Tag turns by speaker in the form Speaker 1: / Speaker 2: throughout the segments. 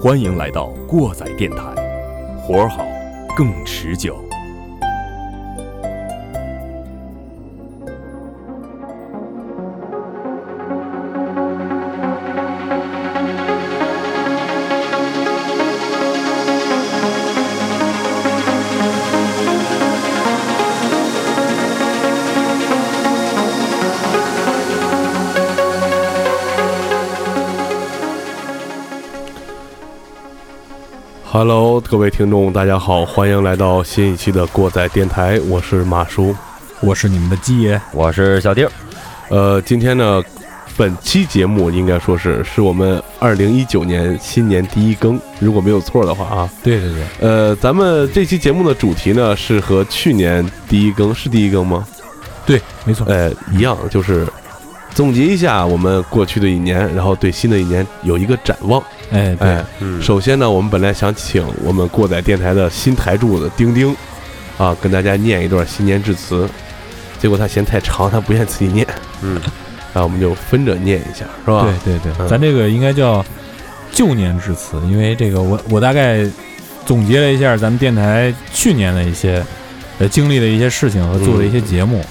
Speaker 1: 欢迎来到过载电台，活儿好，更持久。
Speaker 2: Hello，各位听众，大家好，欢迎来到新一期的过载电台，我是马叔。
Speaker 3: 我是你们的鸡爷，
Speaker 4: 我是小丁儿，
Speaker 2: 呃，今天呢，本期节目应该说是是我们二零一九年新年第一更，如果没有错的话啊。
Speaker 3: 对对对，
Speaker 2: 呃，咱们这期节目的主题呢是和去年第一更是第一更吗？
Speaker 3: 对，没错，
Speaker 2: 呃，一样，就是总结一下我们过去的一年，然后对新的一年有一个展望。
Speaker 3: 哎，对，
Speaker 2: 哎，
Speaker 1: 嗯
Speaker 2: 首先呢，我们本来想请我们过载电台的新台柱子丁丁，啊，跟大家念一段新年致辞，结果他嫌太长，他不愿意自己念，
Speaker 1: 嗯，
Speaker 2: 然后我们就分着念一下，是吧？
Speaker 3: 对对
Speaker 2: 嗯
Speaker 3: 对，咱这个应该叫旧年致辞，因为这个我我大概总结了一下咱们电台去年的一些呃经历的一些事情和做的一些节目。
Speaker 2: 嗯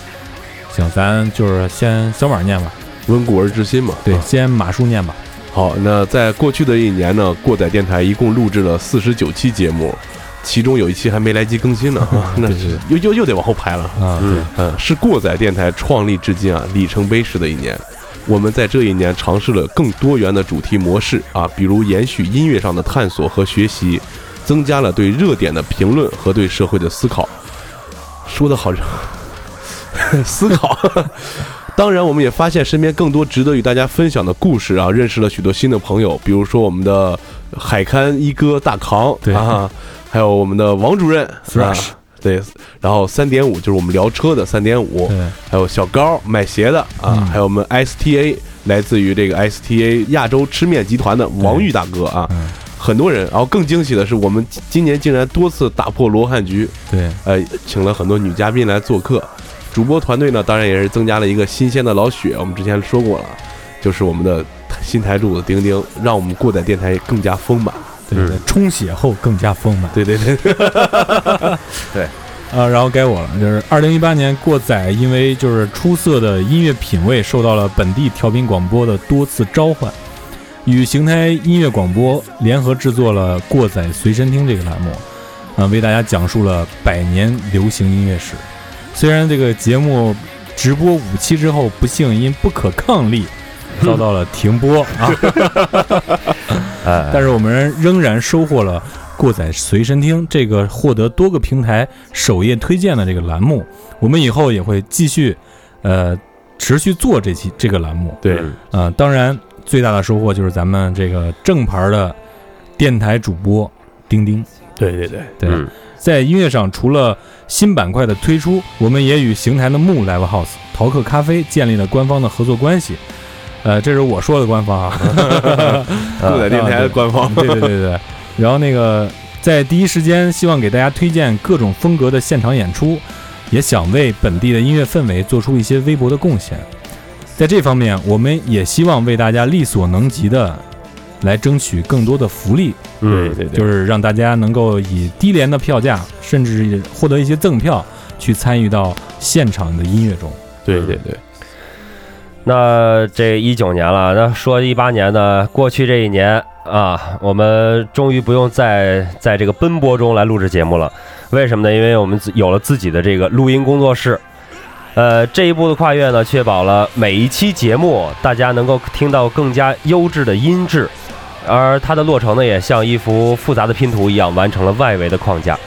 Speaker 3: 行，咱就是先小马念吧，
Speaker 2: 温故而知新嘛。
Speaker 3: 对，
Speaker 2: 啊
Speaker 3: 先马叔念吧。
Speaker 2: 好，那在过去的一年呢，过载电台一共录制了四十九期节目，其中有一期还没来及更新呢，啊 那
Speaker 3: 对对对
Speaker 2: 又又又得往后排了。
Speaker 3: 啊，
Speaker 1: 嗯
Speaker 2: 嗯，是过载电台创立至今啊里程碑式的一年。我们在这一年尝试了更多元的主题模式啊，比如延续音乐上的探索和学习，增加了对热点的评论和对社会的思考。说的好， 思考。当然，我们也发现身边更多值得与大家分享的故事啊，认识了许多新的朋友，比如说我们的海刊一哥大扛，
Speaker 3: 对
Speaker 2: 啊，还有我们的王主任啊
Speaker 3: Thrash
Speaker 2: 对，然后三点五就是我们聊车的三点五，
Speaker 3: 对，
Speaker 2: 还有小高卖鞋的啊，
Speaker 3: 嗯
Speaker 2: 还有我们 STA 来自于这个 STA 亚洲吃面集团的王玉大哥啊，
Speaker 3: 嗯，
Speaker 2: 很多人。然后更惊喜的是，我们今今年竟然多次打破罗汉局，
Speaker 3: 对，
Speaker 2: 呃，请了很多女嘉宾来做客。主播团队呢，当然也是增加了一个新鲜的老血，我们之前说过了，就是我们的新台柱子丁丁，让我们过载电台更加丰满。
Speaker 3: 对对，充血后更加丰满。
Speaker 2: 对对对，
Speaker 3: 啊，然后该我了，就是二零一八年过载，因为就是出色的音乐品味，受到了本地调频广播的多次召唤，与邢台音乐广播联合制作了《过载随身听》这个栏目，啊、为大家讲述了百年流行音乐史。虽然这个节目直播五期之后，不幸因不可抗力遭到了停播啊，
Speaker 4: 哎，
Speaker 3: 但是我们仍然收获了过载随身听这个获得多个平台首页推荐的这个栏目。我们以后也会继续，呃，持续做这期这个栏目。
Speaker 2: 对
Speaker 1: 嗯
Speaker 3: 呃，当然最大的收获就是咱们这个正牌的电台主播丁丁。
Speaker 2: 对对对，
Speaker 3: 对，
Speaker 1: 嗯
Speaker 3: 在音乐上，除了新板块的推出，我们也与邢台的木 Live House 淘客咖啡建立了官方的合作关系。呃，这是我说的官方 啊。
Speaker 2: 过载电台的官 方。
Speaker 3: 对对对对。然后那个在第一时间，希望给大家推荐各种风格的现场演出，也想为本地的音乐氛围做出一些微薄的贡献。在这方面，我们也希望为大家力所能及的来争取更多的福利，
Speaker 1: 嗯，
Speaker 2: 对对，
Speaker 3: 就是让大家能够以低廉的票价，甚至获得一些赠票，去参与到现场的音乐中。
Speaker 2: 对对对，
Speaker 4: 那这一九年了，那说一八年呢，过去这一年啊，我们终于不用再在这个奔波中来录制节目了。为什么呢？因为我们自有了自己的这个录音工作室。呃，这一步的跨越呢，确保了每一期节目大家能够听到更加优质的音质，而它的落成呢，也像一幅复杂的拼图一样，完成了外围的框架。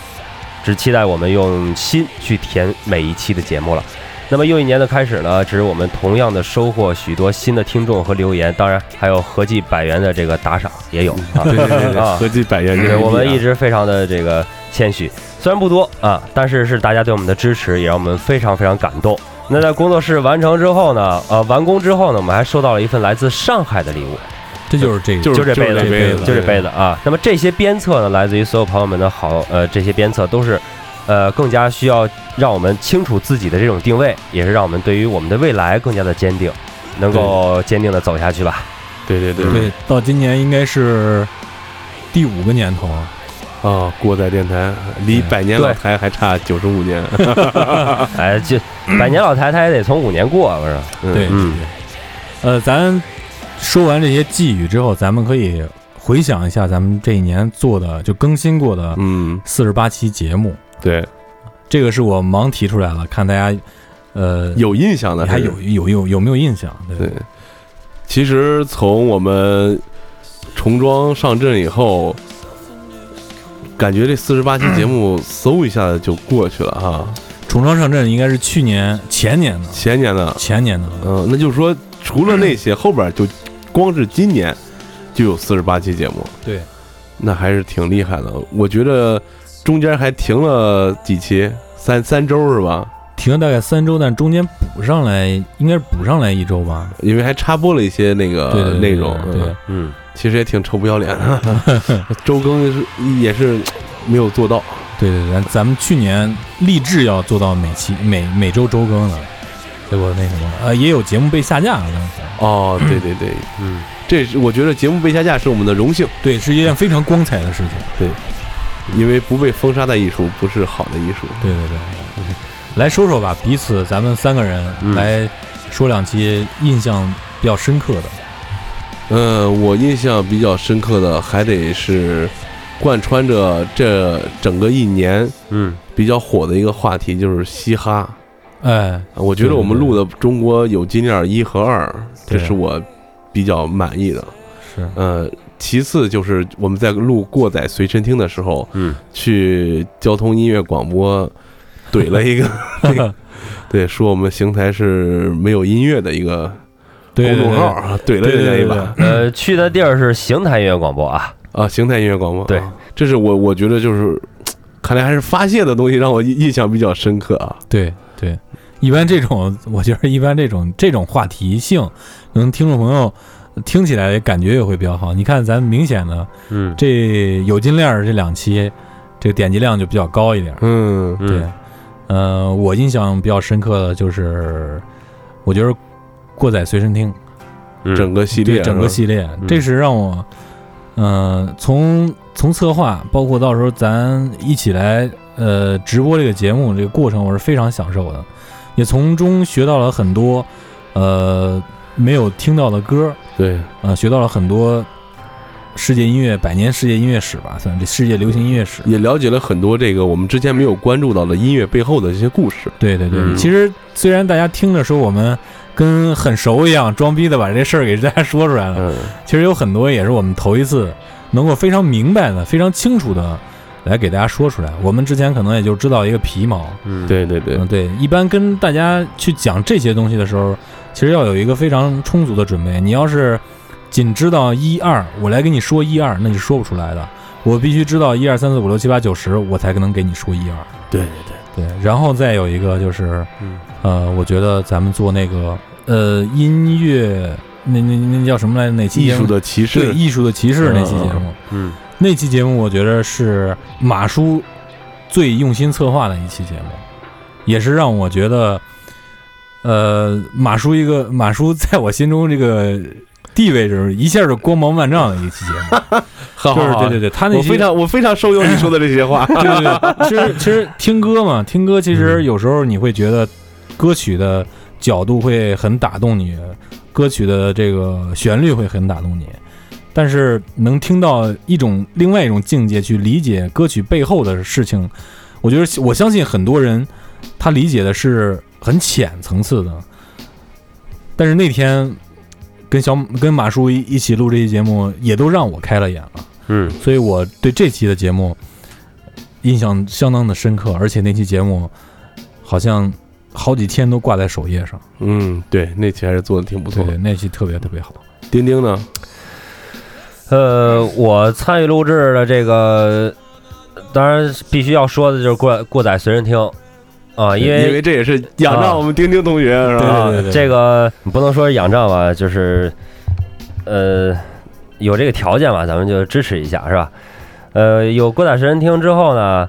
Speaker 4: 只期待我们用心去填每一期的节目了。那么又一年的开始呢，只是我们同样的收获许多新的听众和留言，当然还有合计百元的这个打赏也有啊。
Speaker 2: 对对对对，
Speaker 4: 啊
Speaker 2: 合计百元人民
Speaker 4: 对，
Speaker 2: 币啊。
Speaker 4: 我们一直非常的这个谦虚，虽然不多啊，但是是大家对我们的支持，也让我们非常非常感动。那在工作室完成之后呢，呃，完工之后呢，我们还收到了一份来自上海的礼物，
Speaker 3: 这就是这个，
Speaker 2: 就是
Speaker 4: 就这
Speaker 2: 就是
Speaker 4: 杯子
Speaker 2: 这杯
Speaker 3: 对
Speaker 4: 就这杯子啊。那么这些鞭策呢，来自于所有朋友们的好，呃，这些鞭策都是，呃，更加需要让我们清楚自己的这种定位，也是让我们对于我们的未来更加的坚定，能够坚定的走下去吧。
Speaker 2: 对对对对
Speaker 3: 对，到今年应该是第五个年头了，
Speaker 2: 啊！过载电台离百年老台还差九十五年，
Speaker 4: 哎， 这百年老台，他也得从五年过，不是？
Speaker 2: 嗯
Speaker 3: 对，
Speaker 4: 嗯
Speaker 3: 呃，咱说完这些寄语之后，咱们可以回想一下咱们这一年做的就更新过的
Speaker 2: 嗯，
Speaker 3: 四十八期节目，
Speaker 2: 对，
Speaker 3: 这个是我盲提出来了，看大家呃
Speaker 2: 有印象的
Speaker 3: 还
Speaker 2: 是
Speaker 3: 有有有有没有印象？对
Speaker 2: 对，其实从我们重装上阵以后，感觉这四十八
Speaker 3: 嗯
Speaker 2: 期节目嗖一下子就过去了哈。
Speaker 3: 重装上阵应该是去年前年的
Speaker 2: 前年呢，
Speaker 3: 前年的了，
Speaker 2: 嗯、那就是说除了那些，后边就光是今年就有四十八期节目，
Speaker 3: 对，
Speaker 2: 那还是挺厉害的。我觉得中间还停了几期，三三周是吧？
Speaker 3: 停了大概三周，但中间补上来应该是补上来一周吧。
Speaker 2: 因为还插播了一些那个
Speaker 3: 对对对
Speaker 2: 内容，
Speaker 3: 对对
Speaker 2: 嗯
Speaker 4: 嗯，
Speaker 2: 其实也挺臭不要脸的。 周更是也是没有做到，
Speaker 3: 对对，咱咱们去年立志要做到每期每每周周更的，结果那什么，呃，也有节目被下架了。当时
Speaker 2: 哦，对对对，
Speaker 4: 嗯，
Speaker 2: 这是我觉得节目被下架是我们的荣幸，
Speaker 3: 对，是一件非常光彩的事情。
Speaker 2: 因为不被封杀的艺术不是好的艺术。
Speaker 3: 对对对，来说说吧，彼此咱们三个人
Speaker 4: 嗯
Speaker 3: 来说两期印象比较深刻的。
Speaker 2: 嗯、我印象比较深刻的还得是贯穿着这整个一年
Speaker 4: 嗯，
Speaker 2: 比较火的一个话题，就是嘻哈。
Speaker 3: 哎，
Speaker 2: 啊我觉得我们录的《中国有金链一》和二，这
Speaker 3: 对
Speaker 2: 是我比较满意的。
Speaker 3: 是
Speaker 2: 呃，其次就是我们在录《过载随身听》的时候，
Speaker 4: 嗯，
Speaker 2: 去交通音乐广播怼了一个 那个，对，说我们邢台是没有音乐的一个
Speaker 3: 对
Speaker 2: 公
Speaker 3: 对
Speaker 2: 众号
Speaker 3: 对，
Speaker 2: 啊，怼了人家一把
Speaker 4: 呃，去的地儿是邢台音乐广播啊。
Speaker 2: 啊，邢台音乐广播，
Speaker 4: 对
Speaker 2: 啊，这是我我觉得就是。看来还是发泄的东西让我印印象比较深刻啊！
Speaker 3: 对对，一般这种，我觉得一般这种这种话题性，可能听众朋友听起来感觉也会比较好。你看，咱明显的
Speaker 4: 嗯，
Speaker 3: 这有金链儿这两期，这个点击量就比较高一点。
Speaker 2: 嗯，
Speaker 4: 嗯
Speaker 3: 对，呃，我印象比较深刻的就是，我觉得过载随身听
Speaker 4: 嗯
Speaker 2: 整个系列
Speaker 3: 对整个系列，
Speaker 4: 嗯
Speaker 3: 这是让我，呃，从从策划，包括到时候咱一起来呃直播这个节目这个过程，我是非常享受的，也从中学到了很多，呃，没有听到的歌，
Speaker 2: 对
Speaker 3: 呃，学到了很多世界音乐百年世界音乐史吧，算这世界流行音乐史。
Speaker 2: 也了解了很多这个我们之前没有关注到的音乐背后的这些故事。
Speaker 3: 对对对，
Speaker 4: 嗯
Speaker 3: 其实虽然大家听着说我们跟很熟一样，装逼的把这事儿给大家说出来了，
Speaker 2: 嗯，
Speaker 3: 其实有很多也是我们头一次能够非常明白的、非常清楚的来给大家说出来。我们之前可能也就知道一个皮毛，
Speaker 4: 嗯，
Speaker 2: 对对对
Speaker 3: 嗯，，对。一般跟大家去讲这些东西的时候，其实要有一个非常充足的准备。你要是仅知道一二，我来跟你说一二，那你是说不出来的。我必须知道一二三四五六七八九十，我才能给你说一二。
Speaker 2: 对对
Speaker 3: 对，然后再有一个就是，
Speaker 4: 嗯
Speaker 3: 呃，我觉得咱们做那个呃音乐，那那那叫什么来着？哪期
Speaker 2: 艺
Speaker 3: 节目
Speaker 2: 术的骑
Speaker 3: 对
Speaker 2: 士，
Speaker 3: 艺术的骑士那期节目，
Speaker 4: 嗯
Speaker 3: 那期节目我觉得是马叔最用心策划的一期节目，也是让我觉得，呃，马叔一个马叔 在我心中这个地位就是一下就光芒万丈的一期节 目，
Speaker 2: 好
Speaker 3: 就是
Speaker 2: 好好
Speaker 3: 对对对，他那
Speaker 2: 我
Speaker 3: 期
Speaker 2: 非常我非常受用你说的这些话。
Speaker 3: 对对对，其实其 实听歌嘛，听歌其实有时候你会觉得歌曲的角度会很打动你，歌曲的这个旋律会很打动你，但是能听到一种另外一种境界去理解歌曲背后的事情，我觉得我相信很多人他理解的是很浅层次的，但是那天。跟小 跟马叔一一起录这期节目，也都让我开了眼了。
Speaker 4: 嗯
Speaker 3: 所以我对这期的节目印象相当的深刻，而且那期节目好像好几天都挂在首页上，
Speaker 2: 嗯，对，那期还是做的挺不错嗯
Speaker 3: 对
Speaker 2: 的
Speaker 3: 对，。那期特别特别好。
Speaker 2: 丁丁呢？
Speaker 4: 呃，我参与录制的这个，当然必须要说的就是过过载随身听啊，因为
Speaker 2: 因为这也是仰仗我们丁丁同
Speaker 3: 啊
Speaker 2: 学是吧？
Speaker 3: 对对对
Speaker 4: 这个你不能说是仰仗吧，就是呃，有这个条件嘛，咱们就支持一下，是吧？呃，有郭仔神听之后呢，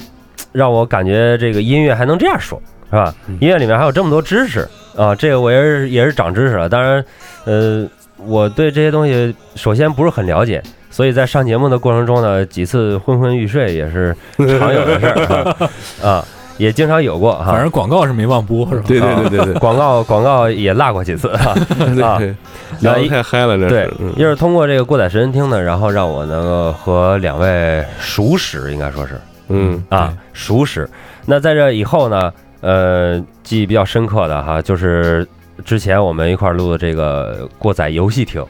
Speaker 4: 让我感觉这个音乐还能这样说，是吧？
Speaker 3: 嗯
Speaker 4: 音乐里面还有这么多知识啊，这个我也是也是长知识了。当然，呃，我对这些东西首先不是很了解，所以在上节目的过程中呢，几次昏昏欲睡也是常有的事儿啊啊，也经常有过哈、
Speaker 3: 反正广告是没忘播，是吧？
Speaker 2: 对对对对
Speaker 4: 广告广告也落过几次啊，
Speaker 2: 对对
Speaker 4: 啊
Speaker 2: 对，聊得太嗨了，这
Speaker 4: 对
Speaker 2: 是，嗯
Speaker 4: 又是通过这个过载神听呢，然后让我能够和两位熟识，应该说是
Speaker 2: 嗯
Speaker 4: 啊熟识。那在这以后呢，呃，记忆比较深刻的哈，就是之前我们一块儿录的这个过载游戏厅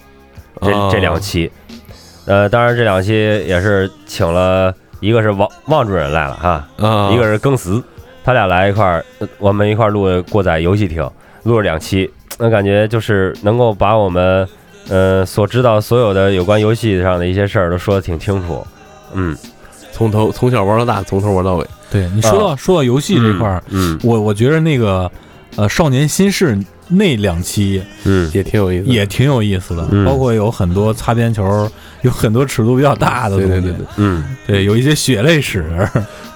Speaker 4: 这、
Speaker 2: 哦
Speaker 4: 这两期，呃，当然这两期也是请了一个是王王主任来了哈，
Speaker 2: 啊，
Speaker 4: 一个是更死，他俩来一块儿，呃我们一块儿录了过载游戏厅，录了两期，那感觉就是能够把我们呃所知道所有的有关游戏上的一些事儿都说的挺清 楚，嗯，
Speaker 2: 从头从小玩到大，从头玩到尾，
Speaker 3: 对你说到说到游戏这块儿，
Speaker 4: 嗯，
Speaker 3: 我我觉得那个呃少年心事那两期
Speaker 4: 嗯
Speaker 2: 也挺有意思的，
Speaker 3: 也挺有意思的，
Speaker 4: 嗯
Speaker 3: 包括有很多擦边球，有很多尺度比较大的
Speaker 2: 对
Speaker 3: 东西，
Speaker 2: 对对对。
Speaker 4: 嗯嗯，
Speaker 3: 对有一些血泪史，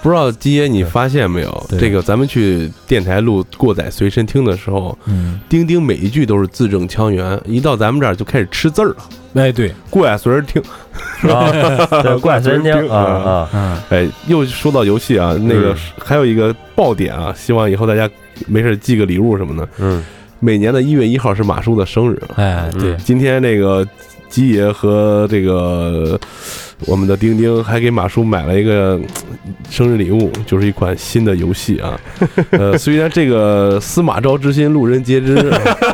Speaker 2: 不知道爹你发现没有？
Speaker 3: 对
Speaker 2: 这个咱们去电台录《过载随身听》的时候，
Speaker 3: 嗯，
Speaker 2: 丁丁每一句都是字正腔圆，一到咱们这儿就开始吃字儿 了。
Speaker 3: 哎对，
Speaker 2: 过载随身听，
Speaker 4: 啊，对， 怪神经
Speaker 2: 嗯
Speaker 4: 啊啊，
Speaker 3: 嗯，
Speaker 2: 哎，又说到游戏啊，那个
Speaker 4: 嗯
Speaker 2: 还有一个爆点啊，希望以后大家没事寄个礼物什么的。
Speaker 4: 嗯
Speaker 2: 每年的一月一号是马叔的生日啊，
Speaker 3: 哎对，
Speaker 2: 今天那个吉爷和这个我们的丁丁还给马叔买了一个呃生日礼物，就是一款新的游戏 啊。呃，虽然这个司马昭之心，路人皆知，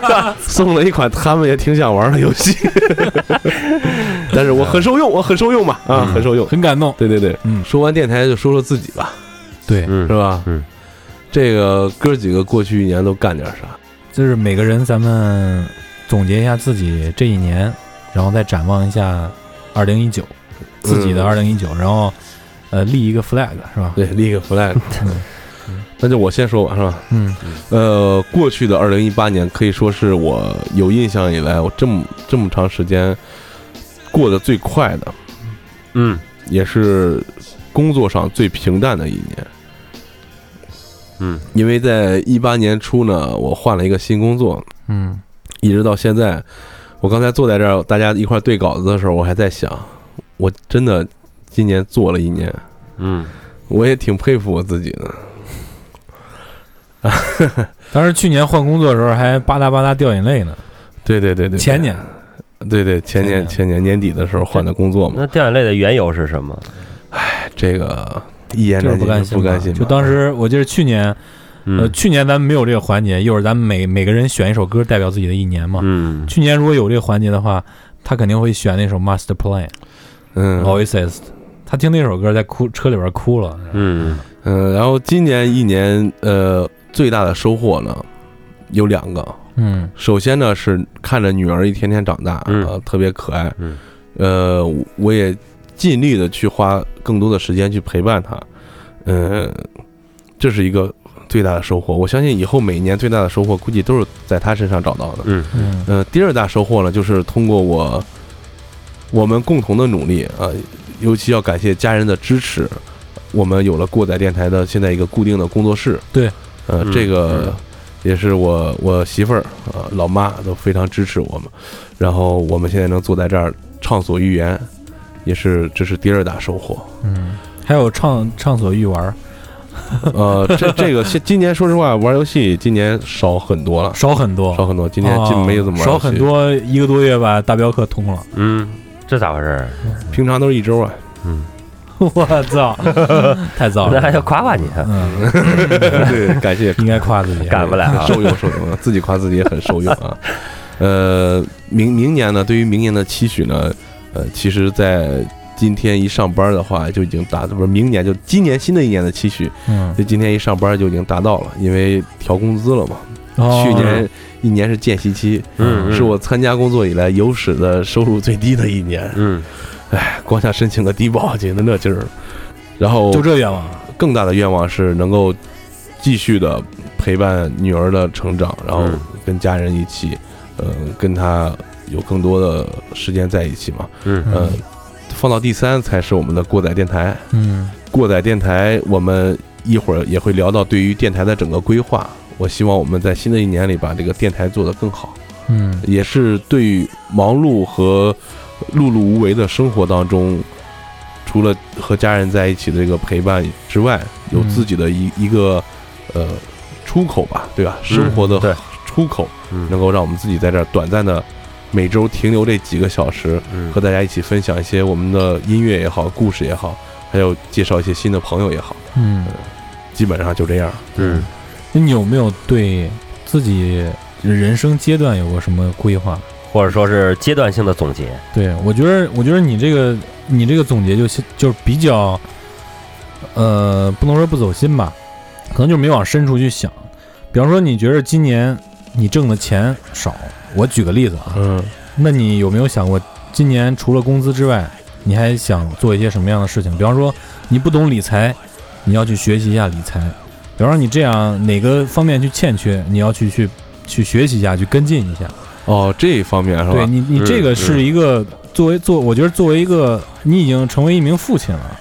Speaker 2: 啊 送了一款他们也挺想玩的游戏，但是我很受用，我很受用嘛，啊，
Speaker 4: 嗯
Speaker 2: 很受用。
Speaker 3: 很感动，
Speaker 2: 对对对，
Speaker 3: 嗯
Speaker 2: 说完电台就说说自己吧，
Speaker 3: 对，
Speaker 2: 是
Speaker 4: 嗯
Speaker 2: 吧？
Speaker 4: 嗯，
Speaker 2: 这个哥几个过去一年都干点啥？
Speaker 3: 就是每个人咱们总结一下自己这一年，然后再展望一下二零一九自己的
Speaker 2: 嗯
Speaker 3: 二零一九，然后呃立一个 flag 是吧？
Speaker 2: 对，立个 flag，
Speaker 3: 嗯
Speaker 2: 那就我先说吧，是吧？
Speaker 3: 嗯
Speaker 2: 呃，过去的二零一八年可以说是我有印象以来，我这么这么长时间过得最快的，
Speaker 4: 嗯
Speaker 2: 也是工作上最平淡的一年。
Speaker 4: 嗯，
Speaker 2: 因为在一八年初呢，我换了一个新工作，
Speaker 3: 嗯
Speaker 2: 一直到现在。我刚才坐在这儿，大家一块儿对稿子的时候，我还在想，我真的今年做了一年，
Speaker 4: 嗯
Speaker 2: 我也挺佩服我自己的。
Speaker 3: 当时去年换工作的时候还吧嗒吧嗒掉眼泪呢，
Speaker 2: 对对对对，
Speaker 3: 前年
Speaker 2: 对对前年前年年底的时候换的工作嘛，
Speaker 4: 那掉眼泪的缘由是什么？
Speaker 2: 这个一言
Speaker 3: 就是
Speaker 2: 难
Speaker 3: 不
Speaker 2: 尽，
Speaker 3: 甘
Speaker 2: 不甘
Speaker 3: 心
Speaker 2: 心
Speaker 3: 嘛，
Speaker 2: 吧，
Speaker 3: 就当时我记得去年呃
Speaker 4: 嗯
Speaker 3: 去年咱们没有这个环节，一会儿咱们每每个人选一首歌代表自己的一年嘛。
Speaker 4: 嗯
Speaker 3: 去年如果有这个环节的话，他肯定会选那首 Master Plan
Speaker 2: 嗯
Speaker 3: Oasis，他听那首歌在哭车里边哭了，
Speaker 4: 嗯
Speaker 2: 嗯，然后今年一年呃最大的收获呢有两个，
Speaker 3: 嗯。
Speaker 2: 首先呢是看着女儿一天天长大，
Speaker 4: 嗯
Speaker 2: 呃，特别可爱，
Speaker 4: 嗯
Speaker 2: 呃，我我也尽力的去花更多的时间去陪伴她，嗯，这是一个最大的收获。我相信以后每一年最大的收获，估计都是在她身上找到的。
Speaker 4: 嗯
Speaker 3: 嗯
Speaker 2: 呃，第二大收获呢，就是通过我我们共同的努力啊、呃尤其要感谢家人的支持，我们有了过载电台的现在一个固定的工作室。
Speaker 3: 对，
Speaker 2: 呃，
Speaker 4: 嗯
Speaker 2: 这
Speaker 4: 嗯
Speaker 2: 个也是我我媳妇儿啊、呃老妈都非常支持我们，然后我们现在能坐在这儿畅所欲言，也是这是第二大收获。
Speaker 3: 嗯，还有畅畅所欲玩儿，
Speaker 2: 呃，这这个现今年说实话，玩游戏今年少很多了，
Speaker 3: 少很多，
Speaker 2: 少很多，今年基本没有怎么玩、
Speaker 3: 哦少很，多，一个多月把大镖客通了。
Speaker 4: 嗯，这咋回事儿？
Speaker 2: 平常都是一 周啊。
Speaker 3: 我操，太早
Speaker 4: 那还要
Speaker 3: 了。
Speaker 4: 夸夸你，啊
Speaker 3: 嗯，
Speaker 2: 对，感谢
Speaker 3: 应该夸自己。
Speaker 4: 干不来啊，
Speaker 2: 受用受用，自己夸自己也很受用 啊。呃，明明年呢，对于明年的期许呢，呃，其实，在今天一上班的话，就已经达，不是明年就今年新的一年的期许，
Speaker 3: 嗯，
Speaker 2: 就今天一上班就已经达到了，因为调工资了嘛。
Speaker 3: 哦
Speaker 2: 去年一年是间隙期，
Speaker 4: 嗯嗯
Speaker 2: 是我参加工作以来有史的收入最低的一年，哎
Speaker 4: 嗯
Speaker 2: 光想申请个低保，觉得那劲儿。然后
Speaker 3: 就这愿望。
Speaker 2: 更大的愿望是能够继续的陪伴女儿的成长，然后
Speaker 4: 嗯
Speaker 2: 跟家人一起，呃，跟她有更多的时间在一起嘛。
Speaker 4: 嗯
Speaker 2: 呃，放到第三才是我们的过载电台。
Speaker 3: 嗯
Speaker 2: 过载电台，我们一会儿也会聊到对于电台的整个规划。我希望我们在新的一年里把这个电台做得更好，
Speaker 3: 嗯
Speaker 2: 也是对于忙碌和碌碌无为的生活当中，除了和家人在一起的这个陪伴之外，有
Speaker 3: 嗯
Speaker 2: 自己的一一个呃出口吧，对吧？生活的
Speaker 4: 对
Speaker 2: 出口，能
Speaker 4: 嗯
Speaker 2: 够让我们自己在这儿短暂的每周停留这几个小时，
Speaker 4: 嗯
Speaker 2: 和大家一起分享一些我们的音乐也好，故事也好，还有介绍一些新的朋友也好，
Speaker 3: 嗯，
Speaker 2: 基本上就这样。
Speaker 4: 嗯，
Speaker 3: 那你有没有对自己人生阶段有过什么规划？
Speaker 4: 或者说是阶段性的总结。
Speaker 3: 对，我觉得，我觉得你这个你这个总结就是就是比较，呃，不能说不走心吧，可能就没往深处去想。比方说，你觉得今年你挣的钱少，我举个例子啊，
Speaker 2: 嗯
Speaker 3: 那你有没有想过，今年除了工资之外，你还想做一些什么样的事情？比方说，你不懂理财，你要去学习一下理财；比方说，你这样哪个方面去欠缺，你要去去去学习一下，去跟进一下。
Speaker 2: 哦，这一方面是
Speaker 3: 对
Speaker 2: 吧？
Speaker 3: 你，你
Speaker 4: 嗯
Speaker 3: 这个是
Speaker 4: 嗯
Speaker 3: 一个作为做，我觉得作为一个你已经成为一名父亲了，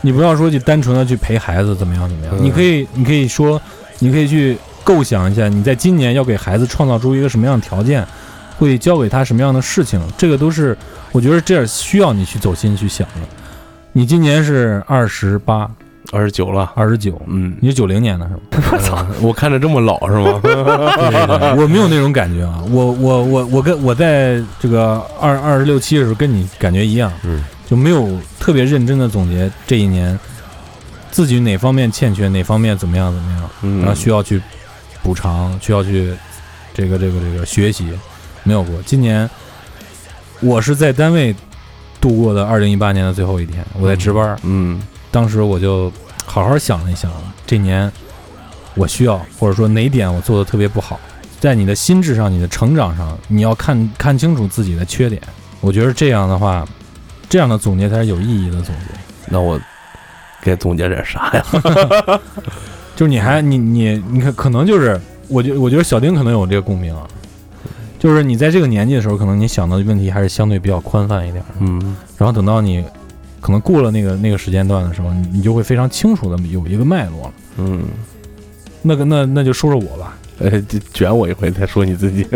Speaker 3: 你不要说去单纯的去陪孩子怎么样怎么样，
Speaker 2: 嗯
Speaker 3: 你可以你可以说，你可以去构想一下，你在今年要给孩子创造出一个什么样的条件，会教给他什么样的事情，这个都是我觉得这样需要你去走心去想的。你今年是二十八、
Speaker 2: 二十九了，
Speaker 3: 二十九，
Speaker 2: 嗯，
Speaker 3: 你是九零年的是吗？
Speaker 2: 我操，我看着这么老是吗？
Speaker 3: 对对 对我没有那种感觉啊，我我我我跟我在这个二二十六七的时候跟你感觉一样，
Speaker 4: 嗯，
Speaker 3: 就没有特别认真的总结这一年自己哪方面欠缺，哪方面怎么样怎么样，然后
Speaker 2: 嗯，
Speaker 3: 需要去补偿，需要去这个这个这个学习，没有过。今年我是在单位度过的二零一八年的最后一天，我在值班，
Speaker 2: 嗯
Speaker 3: 当时我就好好想了一想，这年我需要，或者说哪一点我做的特别不好，在你的心智上、你的成长上，你要看看清楚自己的缺点。我觉得这样的话，这样的总结才是有意义的总结。
Speaker 2: 那我该总结点啥呀？
Speaker 3: 就是你还你你你看，可能就是我觉我觉得小丁可能有这个共鸣啊，就是你在这个年纪的时候，可能你想的问题还是相对比较宽泛一点。
Speaker 2: 嗯
Speaker 3: 然后等到你可能过了那个那个时间段的时候，你你就会非常清楚的有一个脉络了。
Speaker 2: 嗯，
Speaker 3: 那个那那就说说我吧，
Speaker 2: 哎，这卷我一回再说你自己。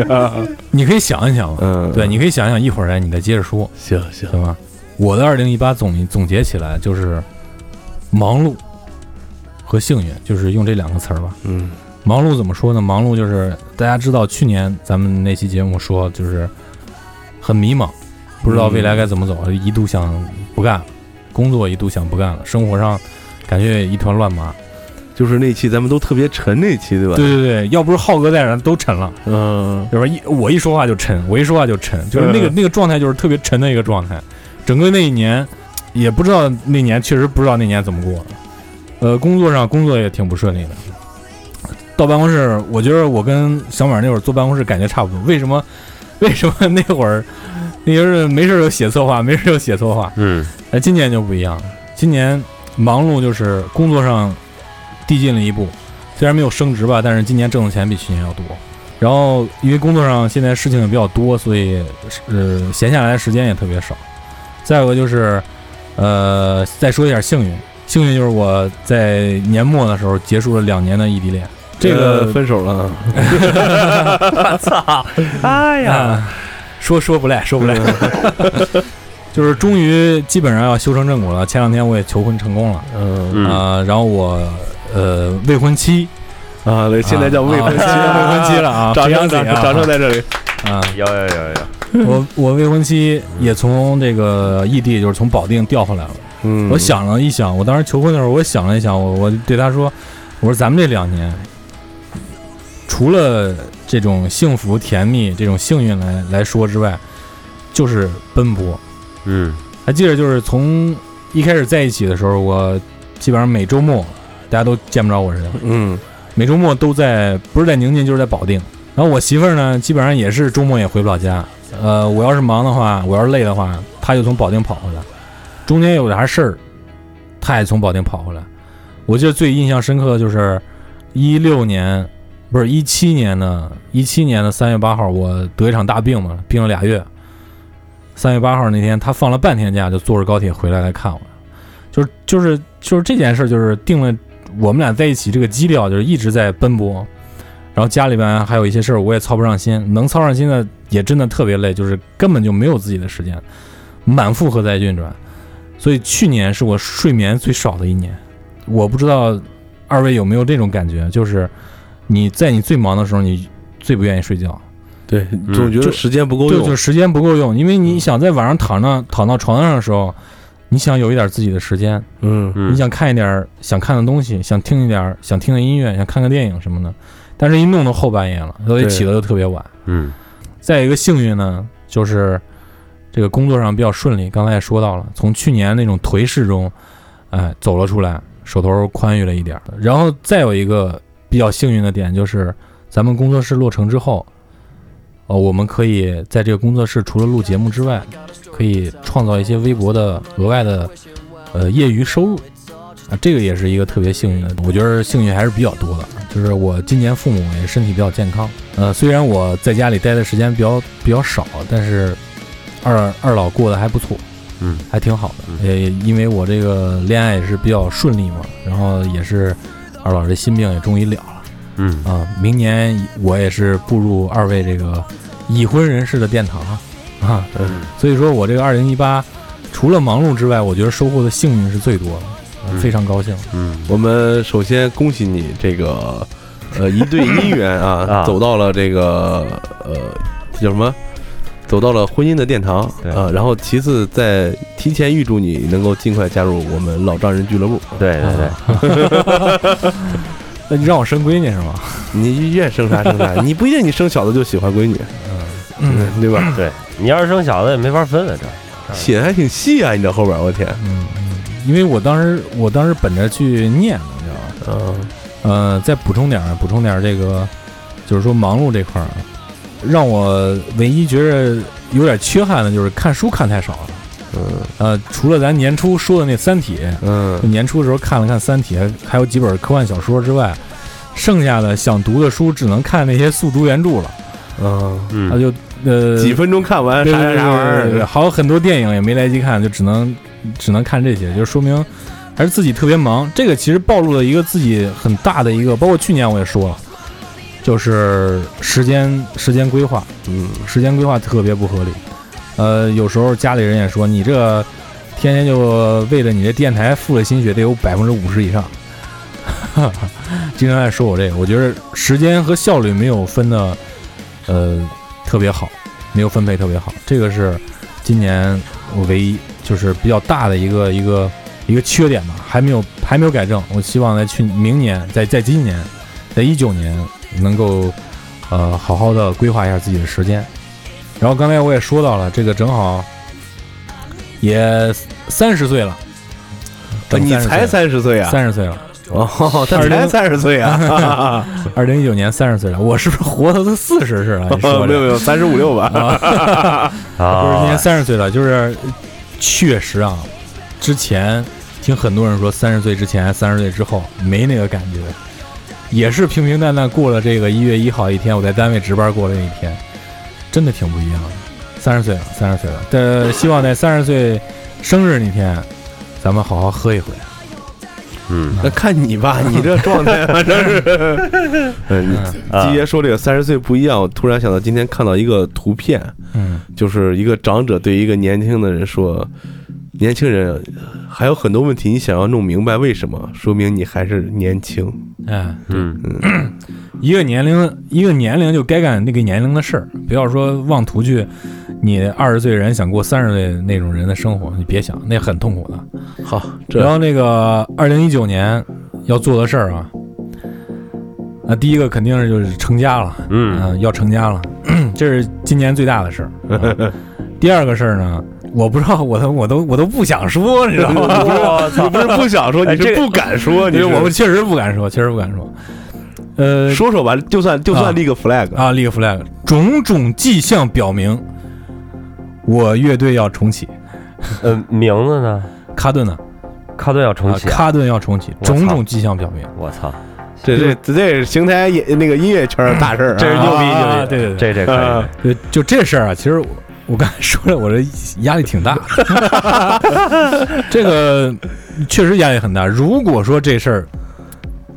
Speaker 3: 你可以想一想嘛，
Speaker 2: 嗯，
Speaker 3: 对，你可以想想，一会儿来你再接着说，
Speaker 2: 行行，
Speaker 3: 行吗？我的二零一八总总结起来就是忙碌和幸运，就是用这两个词儿吧。
Speaker 2: 嗯
Speaker 3: 忙碌怎么说呢？忙碌就是大家知道，去年咱们那期节目说就是很迷茫，不知道未来该怎么走，
Speaker 2: 嗯
Speaker 3: 一度想不干了，工作一度想不干了，生活上感觉一团乱麻。
Speaker 2: 就是那期咱们都特别沉那期，对吧？
Speaker 3: 对，对对，要不是浩哥在，咱都沉了。
Speaker 2: 嗯
Speaker 3: 要不然一我一说话就沉，我一说话就沉，就是那个
Speaker 2: 嗯
Speaker 3: 那个状态就是特别沉的一个状态。整个那一年，也不知道那年确实不知道那年怎么过的。呃，工作上工作也挺不顺利的。到办公室，我觉得我跟小马那会儿坐办公室感觉差不多。为什么？为什么那会儿那就是没事儿就写策划，没事儿就写策划？
Speaker 4: 嗯
Speaker 3: 哎，今年就不一样了。今年忙碌就是工作上递进了一步，虽然没有升职吧，但是今年挣的钱比去年要多。然后因为工作上现在事情也比较多，所以呃闲下来的时间也特别少。再有个就是，呃，再说一下幸运，幸运就是我在年末的时候结束了两年的异地恋。这个
Speaker 2: 呃分手了，
Speaker 4: 哎呀，
Speaker 3: 啊，说说不赖，说不赖， 就是终于基本上要修成正果了。前两天我也求婚成功了。
Speaker 2: 嗯
Speaker 4: 嗯
Speaker 3: 啊，然后我呃未婚妻，
Speaker 2: 啊，对， 现在叫未婚妻，
Speaker 3: 啊现在未婚妻了啊，
Speaker 2: 掌
Speaker 3: 培
Speaker 2: 声
Speaker 3: 养
Speaker 2: 掌
Speaker 3: 姐
Speaker 2: 声
Speaker 3: 啊
Speaker 2: 掌声在这里。
Speaker 3: 啊！
Speaker 4: 有有有有，
Speaker 3: 我我未婚妻也从这个异地，就是从保定调回来了。
Speaker 2: 嗯
Speaker 3: 我想了一想，我当时求婚的时候，我想了一想，我我对她说，我说咱们这两年，除了这种幸福甜蜜、这种幸运来来说之外，就是奔波，
Speaker 4: 嗯
Speaker 3: 还记得就是从一开始在一起的时候，我基本上每周末大家都见不着我人，
Speaker 2: 嗯
Speaker 3: 每周末都在，不是在宁晋就是在保定。然后我媳妇儿呢，基本上也是周末也回不了家。呃，我要是忙的话，我要是累的话，她就从保定跑回来。中间有啥事儿，她也从保定跑回来。我记得最印象深刻的就是一六年，不不是一七年呢，一七年的三月八号，我得一场大病嘛，病了俩月。三月八号那天，他放了半天假，就坐着高铁回来来看我。就是就是就是这件事，就是定了我们俩在一起这个基调，就是一直在奔波。然后家里边还有一些事儿，我也操不上心，能操上心的也真的特别累，就是根本就没有自己的时间，满负荷在运转。所以去年是我睡眠最少的一年。我不知道二位有没有这种感觉，就是你在你最忙的时候，你最不愿意睡觉，
Speaker 2: 对，总觉得
Speaker 3: 就
Speaker 2: 时间不够
Speaker 3: 对，
Speaker 2: 用，
Speaker 3: 就是时间不够用，因为你想在晚上躺上躺到床上的时候，你想有一点自己的时间，
Speaker 2: 嗯，
Speaker 4: 嗯
Speaker 3: 你想看一点儿想看的东西，想听一点儿想听的音乐，想看个电影什么的，但是一弄到后半夜了，所以
Speaker 2: 对
Speaker 3: 起的就特别晚。
Speaker 4: 嗯
Speaker 3: 再一个幸运呢，就是这个工作上比较顺利，刚才也说到了，从去年那种颓势中，哎，走了出来，手头宽裕了一点儿。然后再有一个比较幸运的点就是，咱们工作室落成之后，呃，我们可以在这个工作室除了录节目之外，可以创造一些微薄的额外的呃业余收入。啊，这个也是一个特别幸运的，我觉得幸运还是比较多的。就是我今年父母也身体比较健康，呃，虽然我在家里待的时间比较比较少，但是二二老过得还不错，
Speaker 4: 嗯，
Speaker 3: 还挺好的。
Speaker 4: 嗯
Speaker 3: 也因为我这个恋爱也是比较顺利嘛，然后也是二老这心病也终于了了
Speaker 4: 嗯，
Speaker 3: 啊。明年我也是步入二位这个已婚人士的殿堂啊啊，所以说我这个二零一八除了忙碌之外，我觉得收获的幸运是最多的，啊
Speaker 4: 嗯
Speaker 3: 非常高兴。
Speaker 4: 嗯，
Speaker 2: 我们首先恭喜你这个 呃一对姻缘啊，
Speaker 4: 啊
Speaker 2: 走到了这个呃这叫什么？走到了婚姻的殿堂
Speaker 4: 对
Speaker 2: 啊、然后其次再提前预祝你能够尽快加入我们老丈人俱乐部。
Speaker 4: 对对对，
Speaker 3: 那你让我生闺女是吗？
Speaker 2: 你愿生啥生啥， 你不一定你生小的就喜欢闺女，
Speaker 3: 嗯
Speaker 2: 对吧？
Speaker 4: 对你要是生小子也没法分啊，这
Speaker 2: 写的还挺细啊，你这后边儿我天，
Speaker 3: 嗯，因为我当时我当时本着去念的，你知道吧？
Speaker 2: 嗯
Speaker 3: 呃，再补充点儿，补充点儿这个，就是说忙碌这块儿啊，让我唯一觉着有点缺憾的就是看书看太少了。
Speaker 2: 嗯
Speaker 3: 呃，除了咱年初说的那《三体》，就
Speaker 2: 嗯，
Speaker 3: 年初的时候看了看《三体》，还还有几本科幻小说之外，剩下的想读的书只能看那些速读原著了。
Speaker 2: 嗯，
Speaker 3: 那
Speaker 4: 嗯
Speaker 3: 就呃，
Speaker 2: 几分钟看完
Speaker 3: 对
Speaker 2: 啥
Speaker 3: 对
Speaker 2: 啥
Speaker 3: 对
Speaker 2: 啥玩
Speaker 3: 对对
Speaker 2: 意
Speaker 3: 对，
Speaker 2: 儿，
Speaker 3: 还有很多电影也没来得及看，就只能只能看这些，就说明还是自己特别忙。这个其实暴露了一个自己很大的一个，包括去年我也说了，就是时间时间规划，
Speaker 2: 嗯
Speaker 3: 时间规划特别不合理。呃，有时候家里人也说你这天天就为了你这电台付了心血，得有百分之五十以上。 经常爱说我这个，我觉得时间和效率没有分的，呃，特别好，没有分配特别好，这个是今年我唯一就是比较大的一个一个一个缺点吧，还没有还没有改正。我希望在去明年，在在今年，在一九年能够呃好好的规划一下自己的时间。然后刚才我也说到了，这个正好也三十岁了，
Speaker 2: 啊你才三十岁啊？
Speaker 3: 三十岁了，
Speaker 2: 哦，他才三十岁啊！
Speaker 3: 二零一九年三十岁了，我是不是活到四十似的？你
Speaker 2: 没
Speaker 3: 哎
Speaker 2: 有
Speaker 3: 说
Speaker 2: 哦没
Speaker 3: 这
Speaker 2: 有，三十五六吧。
Speaker 3: 啊，不是今年
Speaker 4: 啊，
Speaker 3: 三十岁了，就是确实啊，之前听很多人说三十岁之前、三十岁之后没那个感觉，也是平平淡淡过了这个一月一号一天，我在单位值班过了一天，真的挺不一样的。三十岁了，三十岁了，但希望在三十岁生日那天，咱们好好喝一回。
Speaker 4: 嗯
Speaker 2: 那看你 吧，你这状态反正是。 嗯，季
Speaker 4: 啊
Speaker 2: 爷说这个三十岁不一样，我突然想到今天看到一个图片，
Speaker 3: 嗯
Speaker 2: 就是一个长者对一个年轻的人说：“年轻人，还有很多问题你想要弄明白为什么，说明你还是年轻。
Speaker 3: 哎，
Speaker 4: 嗯
Speaker 3: 一个年龄，一个年龄就该干那个年龄的事儿，不要说妄图去，你二十岁人想过三十岁那种人的生活，你别想，那很痛苦的。”
Speaker 2: 好，
Speaker 3: 然
Speaker 2: 这
Speaker 3: 后那个二零一九年要做的事儿啊，那第一个肯定是就是成家了，嗯、
Speaker 4: 嗯
Speaker 3: 要成家了， 这是今年最大的事儿、 啊第二个事儿呢，我不知道，我都我都我都不想说，你知道吗？啊
Speaker 4: 我
Speaker 2: 你
Speaker 4: 操，
Speaker 2: 不是不想说，你
Speaker 4: 哎这
Speaker 2: 是
Speaker 4: 个
Speaker 2: 不敢说，你
Speaker 3: 因为
Speaker 2: 是
Speaker 3: 我们确实不敢说，确实不敢说。呃，
Speaker 2: 说说吧，就算就
Speaker 3: 啊
Speaker 2: 算立个 flag，
Speaker 3: 啊，立个 flag，种种迹象表明，我乐队要重启，
Speaker 4: 呃，名字呢？
Speaker 3: 卡顿呢、
Speaker 4: 卡顿要重
Speaker 3: 啊，
Speaker 4: 启啊，
Speaker 3: 卡顿要重启，
Speaker 4: 我操
Speaker 3: 种种迹象表明，
Speaker 4: 我操，
Speaker 2: 这这这是邢台也那个音乐圈的大事儿啊，
Speaker 4: 这是牛逼牛逼
Speaker 3: 啊对对对，
Speaker 4: 这这可以。
Speaker 2: 啊
Speaker 3: 对，就这事儿啊，其实我我刚才说了，我这压力挺 大， 这个确实压力很大。如果说这事儿